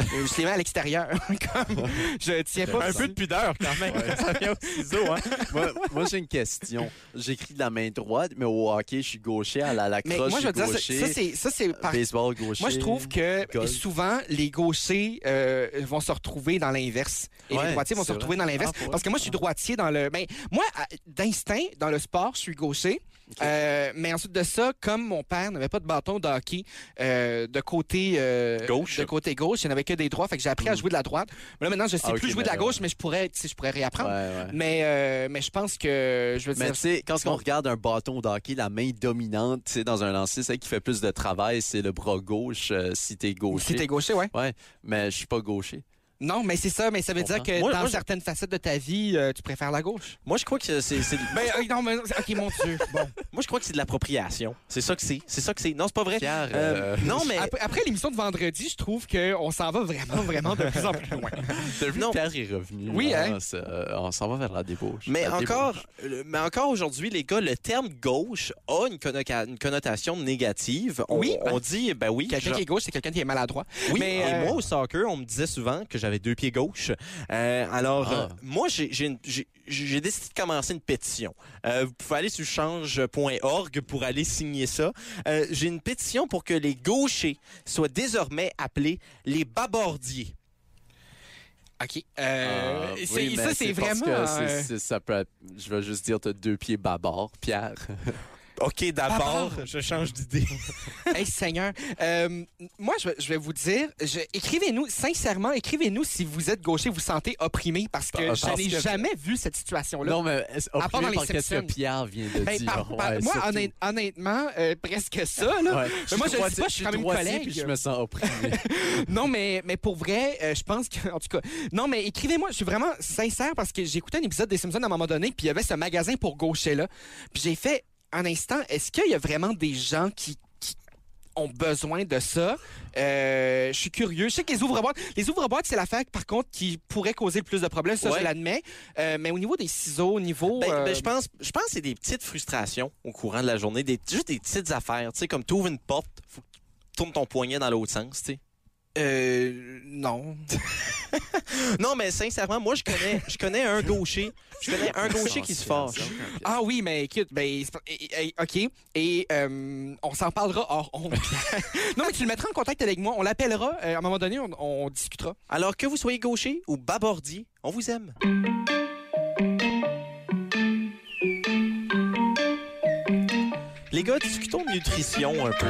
Euh, je les mets à l'extérieur. Comme, je tiens pas. Un peu de pudeur quand même. Ça vient au ciseau, hein. moi, moi, j'ai une question. J'écris de la main droite, mais au hockey, je suis gaucher. À la Mais lacrosse, moi, je je veux suis dire, gaucher. ça, ça, c'est. Ça, c'est par- Baseball gaucher. Moi, je trouve que golf. souvent, les gauchers euh, vont se retrouver dans l'inverse. Et Ouais, les droitiers vont c'est se retrouver dans l'inverse. Ah, pour parce que moi, je suis droitier dans le. Ben, moi, à- d'instinct, dans le sport, je suis gaucher. Euh, mais ensuite de ça, comme mon père n'avait pas de bâton de hockey euh, de côté euh, Gauche. de côté gauche, il n'avait que des droits, fait que j'ai appris à jouer de la droite. Mais là maintenant, je sais Hmm. Ah, plus ok, jouer de la mais là, gauche, mais je pourrais, tu sais, je pourrais Ouais, réapprendre. ouais. Mais euh, mais je pense que je veux Mais dire. tu sais, quand on regarde un bâton d'hockey, la main dominante, tu sais, dans un lancer, celle qui fait plus de travail, c'est le bras gauche, euh, si t'es Si gaucher. t'es gaucher, ouais. Ouais, mais je suis pas gaucher. Non, mais c'est ça, mais ça veut dire Comprends. que Moi- dans moi, je- certaines facettes de ta vie, euh, tu préfères la gauche. Moi, je crois que c'est c'est- Ben euh, non, mais ok, mon Dieu. Bon. moi, je crois que c'est de l'appropriation. C'est ça que c'est. C'est ça que c'est. Non, c'est pas vrai. Pierre, Euh, euh, non, mais Après, après l'émission de vendredi, je trouve qu'on s'en va vraiment, vraiment de plus en plus loin. t'as vu, non. Pierre est revenu. Oui, là, hein? c'est, euh, on s'en va vers la débauche. Mais La encore, débauche. le- mais encore aujourd'hui, les gars, le terme gauche a une, connoca- une connotation négative. On, Oui, ben- on dit, ben oui, Quelqu'un genre- qui est gauche, c'est quelqu'un qui est maladroit. oui. mais, et euh, moi, au soccer, on me disait souvent que j'avais deux pieds gauche. Euh, alors, Ah. euh, moi, j'ai- j'ai une- j'ai j'ai décidé de commencer une pétition. Euh, vous pouvez aller sur change.org pour aller signer ça. Euh, j'ai une pétition pour que les gauchers soient désormais appelés les babordiers. OK. Ah, Euh, oui, c'est- mais ça, c'est parce vraiment. que c'est- euh, c'est- ça peut, je vais juste dire, t'as deux pieds babards, Pierre. OK, d'abord, Babord. je change d'idée. Hey Seigneur, Euh, moi je, vais- je vais vous dire, je- écrivez-nous sincèrement, écrivez-nous si vous êtes gaucher, vous vous sentez opprimé parce que Bah, Parce je n'ai que- jamais vu cette situation-là. non, mais est-ce- à part dans occupé les par qu'est-ce Simpsons. que Pierre vient de Ben, dire. par- par- ouais, moi, surtout. honnêt- honnêtement, euh, presque ça. Là. Ouais. Mais moi, je le droitier- sais pas, je suis quand même droitier, collègue. puis je me sens opprimé. Non, mais, mais pour vrai, euh, je pense que, en tout cas, non, mais écrivez-moi, je suis vraiment sincère parce que j'écoutais un épisode des Simpsons à un moment donné, puis il y avait ce magasin pour gaucher là. Puis j'ai fait un instant, est-ce qu'il y a vraiment des gens qui, qui ont besoin de ça? Euh, je suis curieux. Je sais que les ouvre-boîtes, les ouvre-boîtes, c'est l'affaire, par contre, qui pourrait causer le plus de problèmes, ça, Ouais. je l'admets. Euh, mais au niveau des ciseaux, au niveau. Ben, ben, euh, je pense, je pense que c'est des petites frustrations au courant de la journée, des, juste des petites affaires. Tu sais, comme tu ouvres une porte, faut que tu tournes ton poignet dans l'autre sens, tu sais. euh, non. Non, mais sincèrement, moi, je connais, je connais un gaucher. Je connais un gaucher qui se fâche. Ah oui, mais écoute, ben, c'est pas- eh, eh, eh, OK. Et euh, on s'en parlera hors honte. non, mais tu le mettras en contact avec moi. On l'appellera. euh, à un moment donné, on, on discutera. Alors que vous soyez gaucher ou babordier, on vous aime. Les gars, discutons de nutrition un peu.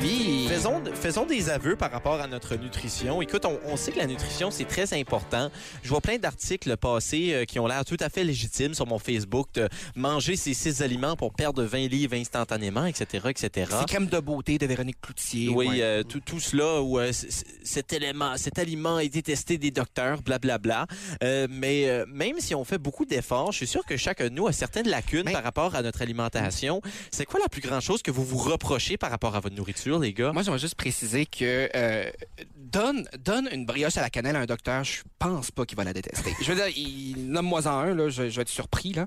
Oui. Faisons, faisons des aveux par rapport à notre nutrition. Écoute, on, on sait que la nutrition, c'est très important. Je vois plein d'articles passés euh, qui ont l'air tout à fait légitimes sur mon Facebook de manger ces six aliments pour perdre 20 livres instantanément, etc., etc. C'est crème de beauté de Véronique Cloutier. Ah. Oui, ouais. euh, tout, tout cela où euh, c- c- cet élément, cet aliment est détesté des docteurs, blablabla. Euh, mais euh, même si on fait beaucoup d'efforts, je suis sûr que chacun de nous a certaines lacunes Mais- par rapport à notre alimentation. C'est quoi la plus grande chose que vous vous reprochez par rapport à votre nourriture, les gars? Moi, j'aimerais juste préciser que euh, donne, donne une brioche à la cannelle à un docteur, je pense pas qu'il va la détester. Je veux dire, il nomme-moi-en un, là, je, je vais être surpris. Là.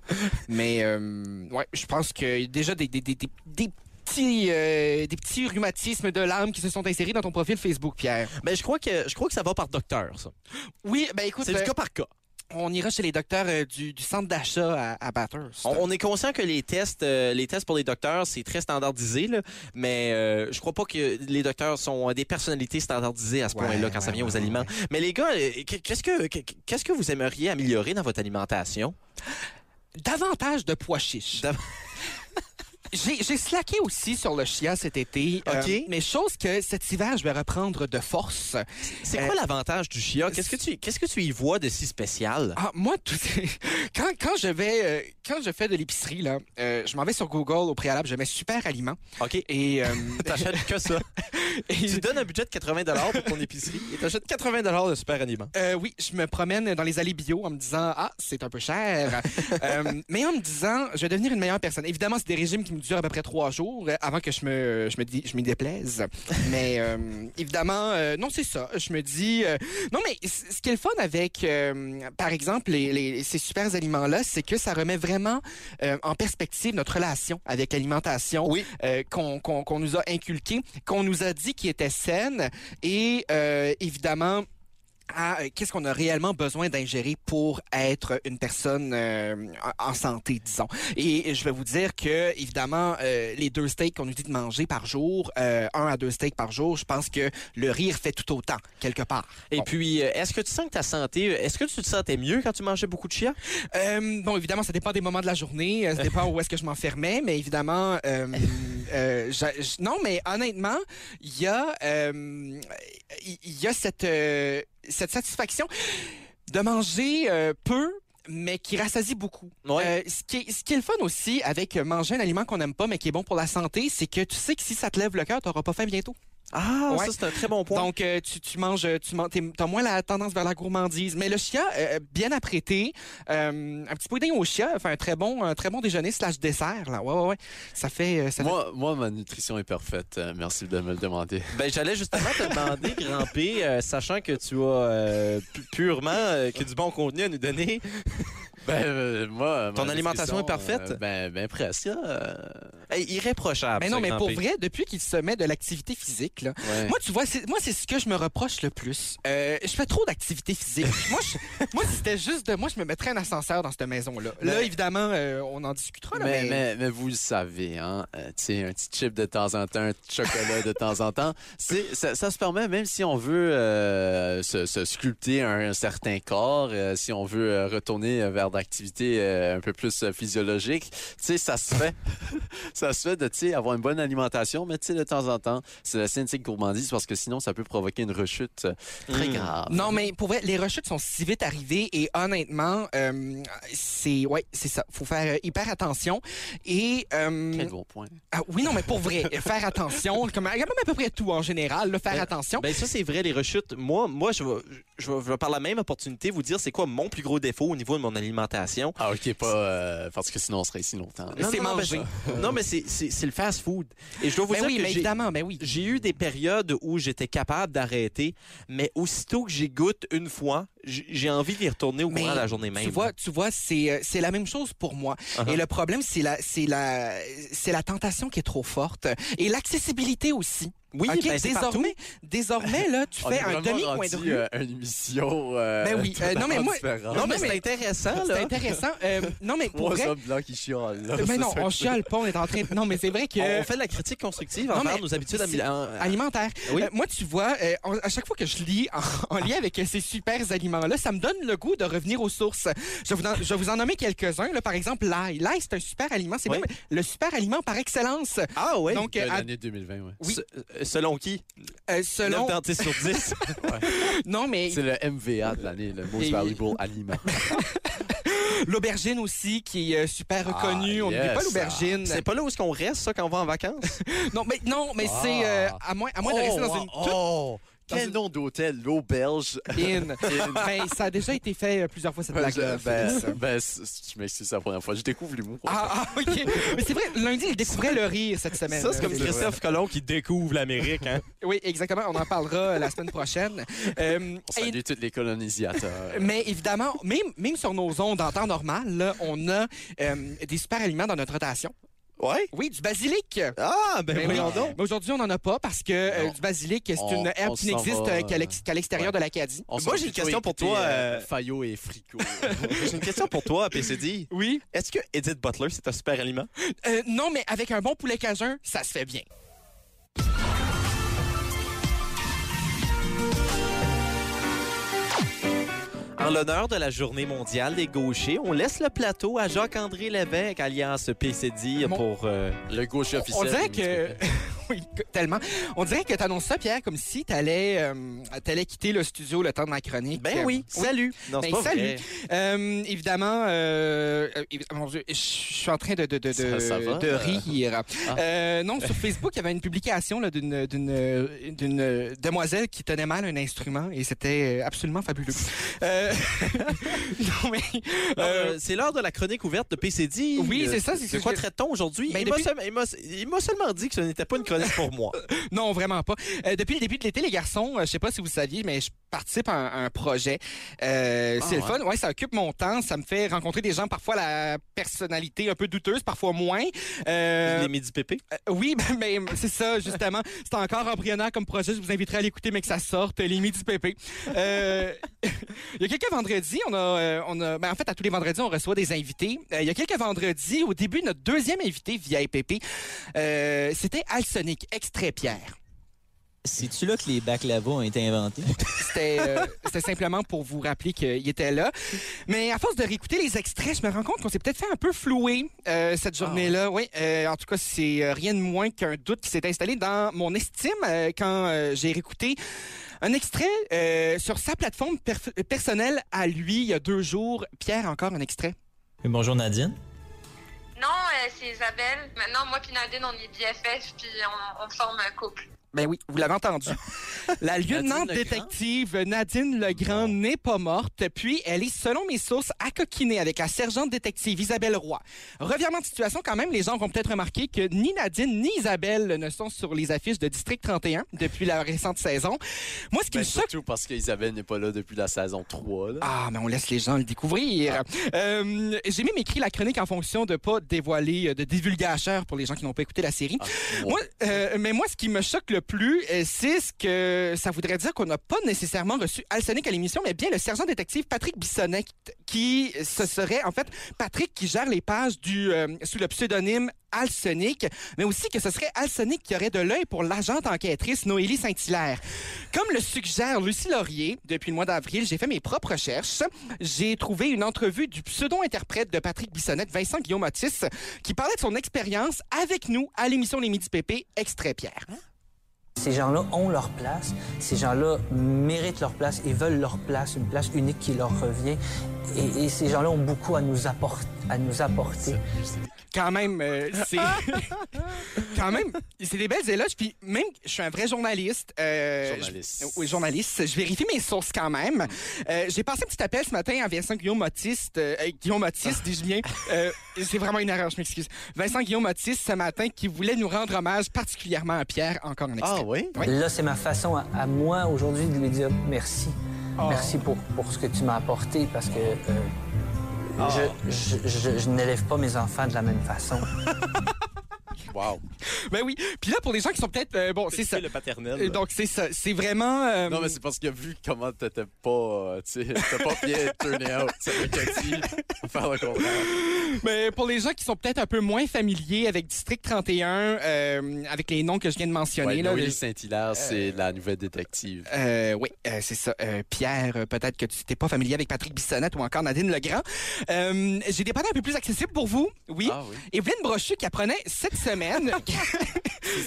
Mais euh, ouais, je pense que déjà des, des, des, des, des petits, euh, des petits rhumatismes de l'âme qui se sont insérés dans ton profil Facebook, Pierre. Ben, je crois que je crois que ça va par docteur, ça. Oui, ben écoute, C'est du euh, cas par cas. on ira chez les docteurs euh, du, du centre d'achat à, à Bathurst. On, on est conscient que les tests, euh, les tests pour les docteurs, c'est très standardisé, là, mais euh, je crois pas que les docteurs sont euh, des personnalités standardisées à ce Ouais, point-là quand ouais, ça vient ouais, aux aliments. Mais les gars, euh, qu'est-ce que qu'est-ce que vous aimeriez améliorer dans votre alimentation Davantage de pois chiches. Dav- J'ai j'ai slacké aussi sur le chia cet été. euh, Ok. mais chose que cet hiver, je vais reprendre de force. C'est Euh, quoi l'avantage du chia Qu'est-ce que tu qu'est-ce que tu y vois de si spécial Ah, moi, tout quand, quand je vais, euh, quand je fais de l'épicerie, là, euh, je m'en vais sur Google au préalable, je mets super aliments. Ok. Et, euh, T'achètes que ça. et- tu donnes un budget de 80 pour ton épicerie et t'achètes 80 de super aliments. Euh, oui, je me promène dans les allées bio en me disant ah c'est un peu cher, Euh, mais en me disant je vais devenir une meilleure personne. Évidemment c'est des régimes qui me durent à peu près trois jours euh, avant que je me euh, je me dis je m'y déplaise. Mais euh, évidemment euh, non c'est ça. Je me dis euh, non mais c- ce qui est le fun avec euh, par exemple les, les- ces super aliments là c'est que ça remet vraiment euh, en perspective notre relation avec l'alimentation Oui. euh, qu'on qu'on- qu'on nous a inculquée, qu'on nous a dit qui était saine et euh, évidemment à euh, qu'est-ce qu'on a réellement besoin d'ingérer pour être une personne euh, en en santé, disons. Et je vais vous dire que, évidemment, euh, les deux steaks qu'on nous dit de manger par jour, euh, un à deux steaks par jour, je pense que le rire fait tout autant, quelque part. Et Bon. puis, euh, est-ce que tu sens que ta santé, euh, est-ce que tu te sentais mieux quand tu mangeais beaucoup de chia? Euh, bon, évidemment, ça dépend des moments de la journée, euh, ça dépend où est-ce que je m'enfermais, mais évidemment, euh, euh, j'a- j- non, mais honnêtement, il y a, euh, il il y a cette, euh, cette satisfaction de manger euh, peu mais qui rassasie beaucoup. Ouais. Euh, ce, qui est, ce qui est le fun aussi avec manger un aliment qu'on n'aime pas mais qui est bon pour la santé, c'est que tu sais que si ça te lève le cœur, tu n'auras pas faim bientôt. Ah, Ouais. ça, c'est un très bon point. Donc, euh, tu, tu manges, tu as moins la tendance vers la gourmandise. Mais le chia, euh, bien apprêté, euh, un petit pudding au chia, enfin, un très bon, un très bon déjeuner slash dessert, là. Ouais, ouais, ouais. Ça fait, euh, ça fait- Moi, moi, ma nutrition est parfaite. Euh, merci de me le demander. Ben, j'allais justement te demander, Grand P, euh, sachant que tu as euh, pu- purement euh, que du bon contenu à nous donner. Ben, euh, moi, Ton ma alimentation nutrition, est parfaite? euh, ben, ben, presque. euh, Hey, irréprochable. Mais non, ça, mais Grand pour P. vrai, depuis qu'il se met de l'activité physique, là, ouais. Moi, tu vois, c'est- moi, c'est ce que je me reproche le plus. Euh, je fais trop d'activités physiques. moi, je- moi, si c'était juste de moi, je me mettrais un ascenseur dans cette maison-là. Là, Mais- évidemment, euh, on en discutera. Là, Ah, mais, mais, mais vous le savez, hein, euh, tu sais, un petit chip de temps en temps, un petit chocolat de temps en temps, c'est- ça, ça se permet, même si on veut euh, se, se sculpter un, certain corps, euh, si on veut euh, retourner euh, vers d'activités euh, un peu plus euh, physiologiques, tu sais, ça se fait. ça se fait de, tu sais, avoir une bonne alimentation, mais tu sais, de temps en temps, c'est la cinétique gourmandise parce que sinon, ça peut provoquer une rechute euh, très Mm. grave. Non, mais pour vrai, les rechutes sont si vite arrivées et honnêtement, euh, c'est ouais, c'est ça. Faut faire euh, hyper attention et euh, Quel bon point. ah, oui, non, mais pour vrai, faire attention. Comme il y a même à peu près tout en général, là, faire Ben, attention. Ben ça c'est vrai les rechutes. Moi moi je vais je vais- je vais par la même opportunité vous dire c'est quoi mon plus gros défaut au niveau de mon alimentation. Ah, ok, pas euh, parce que sinon, on serait ici longtemps. Non, C'est ben, manger. c'est- non mais c'est c'est c'est le fast food. Et je dois vous Ben dire oui, que mais j'ai- évidemment, ben oui. j'ai eu des périodes où j'étais capable d'arrêter, mais aussitôt que j'y goûte une fois, j- j'ai envie d'y retourner au Mais courant de la journée même. Tu vois, tu vois, c'est euh, c'est la même chose pour moi. Uh-huh. Et le problème, c'est la c'est la c'est la tentation qui est trop forte et l'accessibilité aussi. oui, Ok, ben, c'est partout. désormais, désormais là, tu On fais est un vraiment demi coin rendu, de rue. Ah, euh, une émission. euh, Ben oui, euh, non, mais moi- totalement Non, différente. mais, Non, mais- c'est intéressant C'est là. intéressant. Euh, non mais pour Trois vrai, hommes blancs qui chiolent. là. Mais Ça, non, c'est- on chiale pas, on est en train de... Non, mais c'est vrai que... On fait de la critique constructive Non, envers mais nos habitudes c'est- amila- en- Alimentaire. Oui. Euh, moi, tu vois, euh, en- à chaque fois que je lis en, en lien avec euh, ces super aliments-là, ça me donne le goût de revenir aux sources. Je vous en, je vais vous en nommer quelques-uns. là. Par exemple, l'ail. L'ail, c'est un super aliment. C'est Oui. même le super aliment par excellence. Ah ouais. Donc, De euh, à- l'année 2020, ouais. oui. Se- euh, selon qui euh, 9 selon... dentistes sur 10. Non, mais C'est le MVA de l'année, le Et- Most Valuable Aliment. l'aubergine aussi, qui est euh, super Ah, reconnue. On n'oublie yes, pas l'aubergine. c'est pas là où est-ce qu'on reste ça quand on va en vacances Non, mais, non, mais c'est... euh, à moins, à moins de rester dans Ah. wow, une... oh, dans quel une- nom d'hôtel, l'auberge. In. Ben, ça a déjà été fait euh, plusieurs fois, cette Ben, blague-là. je- ben, ben, c- c- je m'excuse c'est la première fois. Je découvre l'humour. Ah, ah, ok. Mais c'est vrai, lundi, il découvrait le rire cette semaine. Ça, c'est comme Euh, Christophe Colomb qui découvre l'Amérique. Hein? Oui, exactement. On en parlera la semaine prochaine. Euh, On et- Euh, salue tous les colonisateurs. Euh, mais évidemment, même, même sur nos ondes en temps normal, là, on a euh, des super aliments dans notre rotation. Ouais. Oui, du basilic. Ah, ben, Ben oui. voyons donc. Mais aujourd'hui, on n'en a pas parce que euh, Non. du basilic, c'est On- une herbe on qui s'en n'existe va, euh, qu'à l'ex- qu'à l'extérieur de l'Acadie. On Moi, j'ai une plutôt question pour toi, écouter, euh, Fayot et Fricot. J'ai une question pour toi, PCD. Oui. Est-ce que Edith Butler, c'est un super aliment? Euh, non, mais avec un bon poulet cajun, ça se fait bien. En l'honneur de la Journée mondiale des gauchers, on laisse le plateau à Jacques-André Lévesque, alias PCD, Mon- pour... euh, le gaucher officiel. On dirait du que. oui, que- tellement. On dirait que t'annonces ça, Pierre, comme si t'allais, euh, t'allais quitter le studio le temps de ma chronique. Ben oui, salut! Non, c'est Ben, pas salut. vrai. Euh, évidemment, euh, euh, évi- mon Dieu, je suis en train de, de, de, de, Ça- ça va? de rire. Ah. Euh, non, sur Facebook, il y avait une publication là, d'une, d'une, d'une demoiselle qui tenait mal un instrument et c'était absolument fabuleux. Euh, non, mais. Non, euh, euh, c'est l'heure de la chronique ouverte de PCD. Oui, Euh, c'est ça, c'est ce De quoi que- traite-t-on aujourd'hui? Ben, il m'a depuis- seul- il m'a il m'a seulement dit que ce n'était pas une connaissent pour moi. Non, vraiment pas. Euh, depuis le début de l'été, les garçons, euh, je sais pas si vous saviez, mais je participe à un, à un projet. Euh, c'est le fun. Ouais, ça occupe mon temps. Ça me fait rencontrer des gens, parfois la personnalité un peu douteuse, parfois moins. Euh, Les midi pépé. euh, oui, ben, mais c'est ça, justement. C'est encore embryonnaire comme projet. Je vous inviterai à l'écouter, mais que ça sorte. Les midi pépé. Euh, il y a quelques vendredis, on a, euh, on a, ben, en fait, à tous les vendredis, on reçoit des invités. Euh, il y a quelques vendredis, au début, notre deuxième invité via pépé, euh, c'était Alsonic, extrait Pierre. C'est-tu là que les bacs-lavos ont été inventés? C'était euh, c'était simplement pour vous rappeler qu'il était là. Mais à force de réécouter les extraits, je me rends compte qu'on s'est peut-être fait un peu flouer euh, cette journée-là. Oui, Euh, en tout cas, c'est euh, rien de moins qu'un doute qui s'est installé dans mon estime euh, quand euh, j'ai réécouté un extrait euh, sur sa plateforme perf- euh, personnelle à lui il y a deux jours. Pierre, encore un extrait. Oui, Bonjour Nadine. Non, euh, c'est Isabelle. Maintenant, moi puis Nadine, on est BFF, puis on, on forme un couple. Ben oui, vous l'avez entendu. La lieutenant Legrand. détective Nadine Legrand n'est pas morte, puis elle est, selon mes sources, à coquiner avec la sergente détective Isabelle Roy. Revirement de situation, quand même, les gens vont peut-être remarquer que ni Nadine ni Isabelle ne sont sur les affiches de District 31 depuis la récente saison. Moi, ce qui Ben, me choque... surtout parce qu'Isabelle n'est pas là depuis la saison 3. Là. Ah, mais on laisse les gens le découvrir. Euh, J'ai même écrit la chronique en fonction de pas dévoiler euh, de divulgateur pour les gens qui n'ont pas écouté la série. moi. Moi, euh, mais moi, ce qui me choque le plus, euh, c'est ce que ça voudrait dire qu'on n'a pas nécessairement reçu Alsonic à l'émission, mais bien le sergent détective Patrick Bissonnet, qui ce serait en fait Patrick qui gère les pages du euh, sous le pseudonyme Alsonic, mais aussi que ce serait Alsonic qui aurait de l'œil pour l'agente enquêtrice Noélie Saint-Hilaire. Comme le suggère Lucie Laurier, depuis le mois d'avril, j'ai fait mes propres recherches. J'ai trouvé une entrevue du pseudo-interprète de Patrick Bissonnette, Vincent Guillaume Otis, qui parlait de son expérience avec nous à l'émission Les Midi Pépé, extrait Pierre. Ces gens-là ont leur place, ces gens-là méritent leur place et veulent leur place, une place unique qui leur revient. Et, et ces gens-là ont beaucoup à nous, apport- à nous apporter. Quand même, euh, c'est. quand même, c'est des belles éloges. Puis même, je suis un vrai journaliste. euh, Journaliste. je- oui, journaliste. Je vérifie mes sources quand même. Euh, J'ai passé un petit appel ce matin à Vincent Guillaume Matisse. Guillaume Matisse, dis-je bien. Euh, c'est vraiment une erreur, je m'excuse. Vincent Guillaume Matisse, ce matin, qui voulait nous rendre hommage particulièrement à Pierre, encore un extrait. Ah oui? Oui. Là, c'est ma façon à, à moi aujourd'hui de lui dire merci. Merci pour, pour ce que tu m'as apporté parce que euh, je, je- je- je n'élève pas mes enfants de la même façon. Wow. Ben oui. Puis là, pour les gens qui sont peut-être. euh, bon, c'est ça. le paternel. Euh, Donc, c'est ça. C'est vraiment. euh, Non, mais c'est parce qu'il a vu comment t'étais pas, euh, tu sais, t'as pas bien turné out. Ça fait qu'il a dit, faut faire le contraire. Mais pour les gens qui sont peut-être un peu moins familiers avec District 31, euh, avec les noms que je viens de mentionner, Ouais, Euh. là, Noélie le- Saint-Hilaire, c'est la nouvelle détective. Euh, oui, euh, c'est ça. Euh, Pierre, euh, peut-être que tu t'es pas familier avec Patrick Bissonnette ou encore Nadine Legrand. Euh, J'ai des panneaux un peu plus accessibles pour vous, oui. Ah oui. Evelyne Brochu qui apprenait cette semaine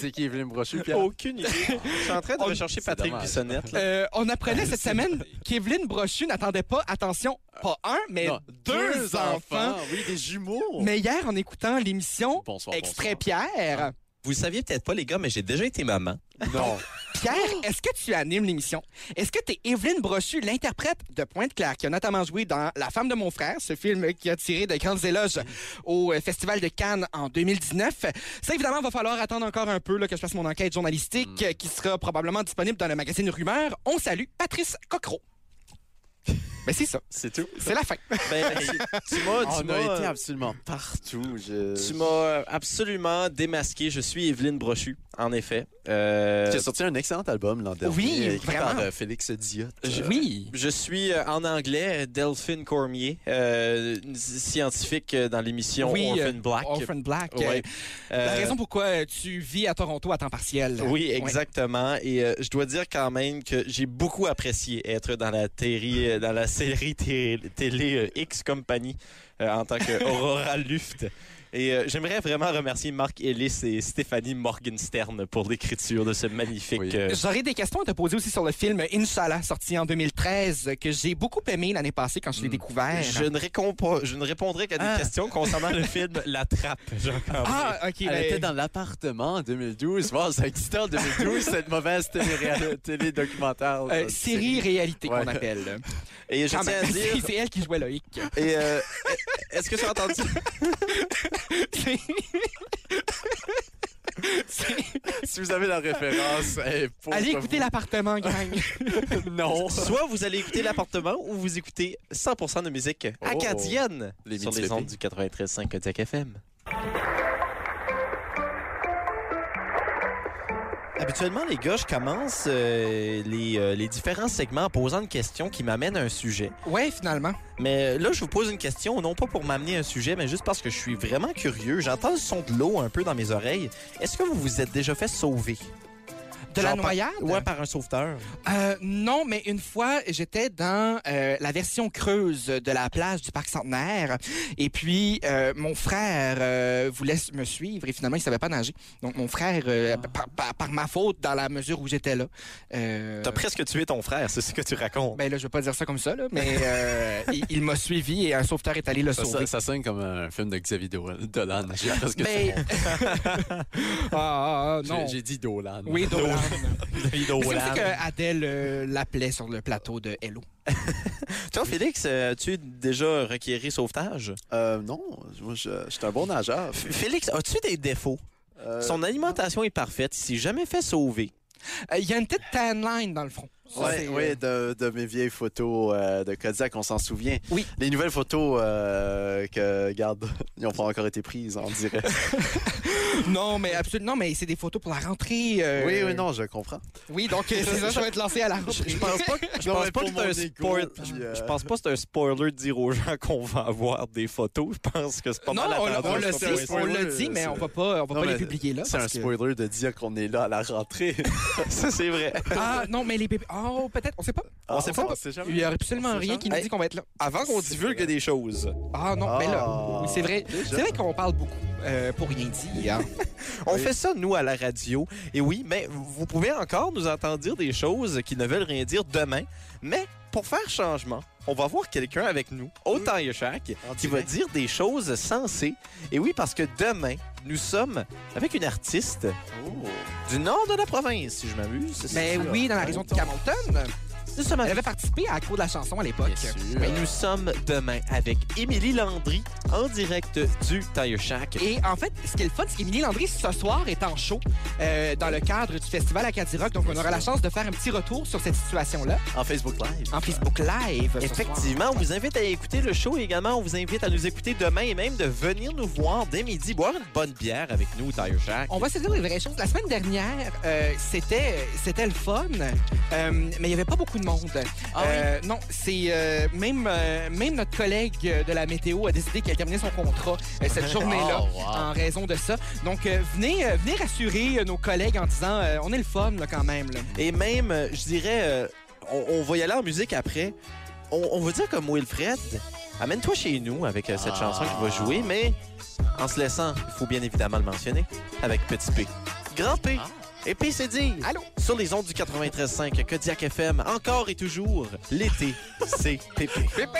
C'est qui Evelyne Brochu, Pierre? Aucune idée. Je suis en train de On- rechercher C'est Patrick dommage. Bissonnette. là. Euh, on apprenait cette semaine qu'Evelyne Brochu n'attendait pas, attention, pas un, mais Non, deux, enfants. Oui, des jumeaux. Mais hier, en écoutant l'émission Bonsoir, Extrait Pierre, Vous le saviez peut-être pas, les gars, mais j'ai déjà été maman. Non. Pierre, est-ce que tu animes l'émission? Est-ce que tu es Evelyne Brochu, l'interprète de Pointe-Claire, qui a notamment joué dans La femme de mon frère, ce film qui a tiré de grandes éloges au euh, Festival de Cannes en 2019? Ça, évidemment, va falloir attendre encore un peu là, que je fasse mon enquête journalistique, Hmm. euh, qui sera probablement disponible dans le magazine Rumeur. On salue Patrice Cocro. Ben c'est ça, C'est tout. c'est la fin. Ben, tu tu m'as tu Ah, On a m'as- été absolument partout. Je... tu m'as absolument démasqué. Je suis Evelyne Brochu, en effet. Euh, Qui a sorti un excellent album l'an dernier. Oui, écrit vraiment. par euh, Félix Diot. Je- Oui. Je suis euh, en anglais Delphine Cormier, euh, une scientifique euh, dans l'émission Oui, Orphan Black. Orphan Black. Ouais. euh, la Euh, raison pourquoi euh, tu vis à Toronto à temps partiel. Oui, Ouais. exactement. Et euh, je dois dire quand même que j'ai beaucoup apprécié être dans la, théorie, euh, dans la série té- télé euh, X Company euh, en tant qu'Aurora Luft. Et euh, j'aimerais vraiment remercier Marc Ellis et Stéphanie Morgenstern pour l'écriture de ce magnifique... Oui. euh, J'aurais des questions à te poser aussi sur le film Inch'Allah, sorti en 2013, que j'ai beaucoup aimé l'année passée quand je l'ai découvert. je, ne récompo- je ne répondrai qu'à des Ah. questions concernant le film La Trappe. Jean-Cambray. Ah, ok. Elle ben, était dans l'appartement en 2012. Wow, ça existait en 2012, cette mauvaise télé- télé-documentaire. euh, série réalité qu'on Ouais. appelle. Et je Quand tiens à même, dire... c'est elle qui jouait Loïc. Et euh, est-ce que tu as entendu... C'est- si vous avez la référence, eh, pauvre Allez écouter vous. l'appartement, gang. Non. Soit vous allez écouter l'appartement ou vous écoutez 100% de musique acadienne Les sur mini Oh. les ondes pépés. du 93.5 Kodiak FM. Habituellement, les gars, je commence euh, les, euh, les différents segments en posant une question qui m'amène à un sujet. Ouais, finalement. Mais euh, là, je vous pose une question, non pas pour m'amener à un sujet, mais juste parce que je suis vraiment curieux. J'entends le son de l'eau un peu dans mes oreilles. Est-ce que vous vous êtes déjà fait sauver? De la Genre par- noyade? Ouais, par un sauveteur. Euh, non, mais une fois, j'étais dans euh, la version creuse de la plage du Parc Centenaire. Et puis, euh, mon frère euh, voulait s- me suivre et finalement, il savait pas nager. Donc, mon frère, euh, Ah. par, par- par ma faute, dans la mesure où j'étais là. euh, T'as presque tué ton frère, c'est ce que tu racontes. Ben là, je vais pas dire ça comme ça, là, mais euh, il, il m'a suivi et un sauveteur est allé le Bah, Ça, sauver. ça, ça sonne comme un film de Xavier Do- Dolan. J'ai presque Mais- tout Ah, ah, ah, compris. non. J'ai- J'ai dit Dolan. Oui, Dolan. Mais c'est Dolan. aussi que Adèle euh, l'appelait sur le plateau de Hello. Toi, Félix, euh, as-tu déjà requéré sauvetage? Euh, non, moi, je, je suis un bon nageur. F- Félix, as-tu des défauts? Euh, Son alimentation est parfaite, il s'est jamais fait sauver. Euh, Il y a une petite tan line dans le front. Ça, Oui, c'est- ouais, de, de mes vieilles photos euh, de Kodiak, on s'en souvient. Oui. Les nouvelles photos euh, que, regarde, ils n'ont pas encore été prises, on dirait. Non, mais absolument. Non, mais c'est des photos pour la rentrée. euh, Oui, oui, non, je comprends. Oui, donc euh, c'est ça, ça va être lancé à la rentrée. Je pense pas que, je pense pas que c'est un sport- Euh, Je pense pas que c'est un spoiler de dire aux gens qu'on va avoir des photos. Je pense que c'est pas non, mal on, à l'a- on tendance le qu'on dit, peut on spoiler, le dit, mais c'est- on va pas, on va Non, pas les mais publier là. C'est un parce que- spoiler de dire qu'on est là à la rentrée. Ça, c'est vrai. Ah non, mais les bébés. Oh, peut-être, on sait pas. Ah, sait pas, on sait jamais. Il y a absolument On sait rien jamais. qui nous Hey. dit qu'on va être là. Avant qu'on divulgue des choses, Ah non, mais là, oui, c'est vrai. déjà. C'est vrai qu'on parle beaucoup euh, pour rien dire. on Oui. fait ça, nous, à la radio. Et oui, mais vous pouvez encore nous entendre dire des choses qui ne veulent rien dire demain. Mais pour faire changement, on va voir quelqu'un avec nous, au taille chaque, En qui va direct. dire des choses sensées. Et oui, parce que demain, nous sommes avec une artiste Oh. du nord de la province, si je m'amuse. c'est mais ça. oui, dans la région de Camelton, Nous sommes elle avec avait participé à la cour de la chanson à l'époque. Mais nous sommes demain avec Émilie Landry en direct du Tire Shack. Et en fait, ce qui est le fun, c'est qu'Émilie Landry, ce soir, est en show euh, dans le cadre du festival Acadie Rock. Donc, on aura la chance de faire un petit retour sur cette situation-là En Facebook Live. en Facebook Live. ce soir. Effectivement, on vous invite à écouter le show et également on vous invite à nous écouter demain et même de venir nous voir dès midi, boire une bonne bière avec nous au Tire Shack. On va se dire les vraies choses. La semaine dernière, euh, c'était c'était le fun, euh, mais il n'y avait pas beaucoup de monde. Ah oui? Euh, Non, c'est euh, même euh, même notre collègue de la météo a décidé qu'elle terminait son contrat euh, cette journée-là Oh, wow. en raison de ça. Donc euh, venez euh, venez rassurer euh, nos collègues en disant euh, on est le fun là, quand même. là. Et même, euh, je dirais, euh, on, on va y aller en musique après. On, on va dire comme Wilfred, amène-toi chez nous avec euh, cette Ah. chanson qui va jouer, mais en se laissant, il faut bien évidemment le mentionner, avec Petit P. Grand P. Et P, c'est dire. Ah. Allô? Sur les ondes du 93.5 Kodiak FM, encore et toujours, l'été, c'est pépé. Pépé.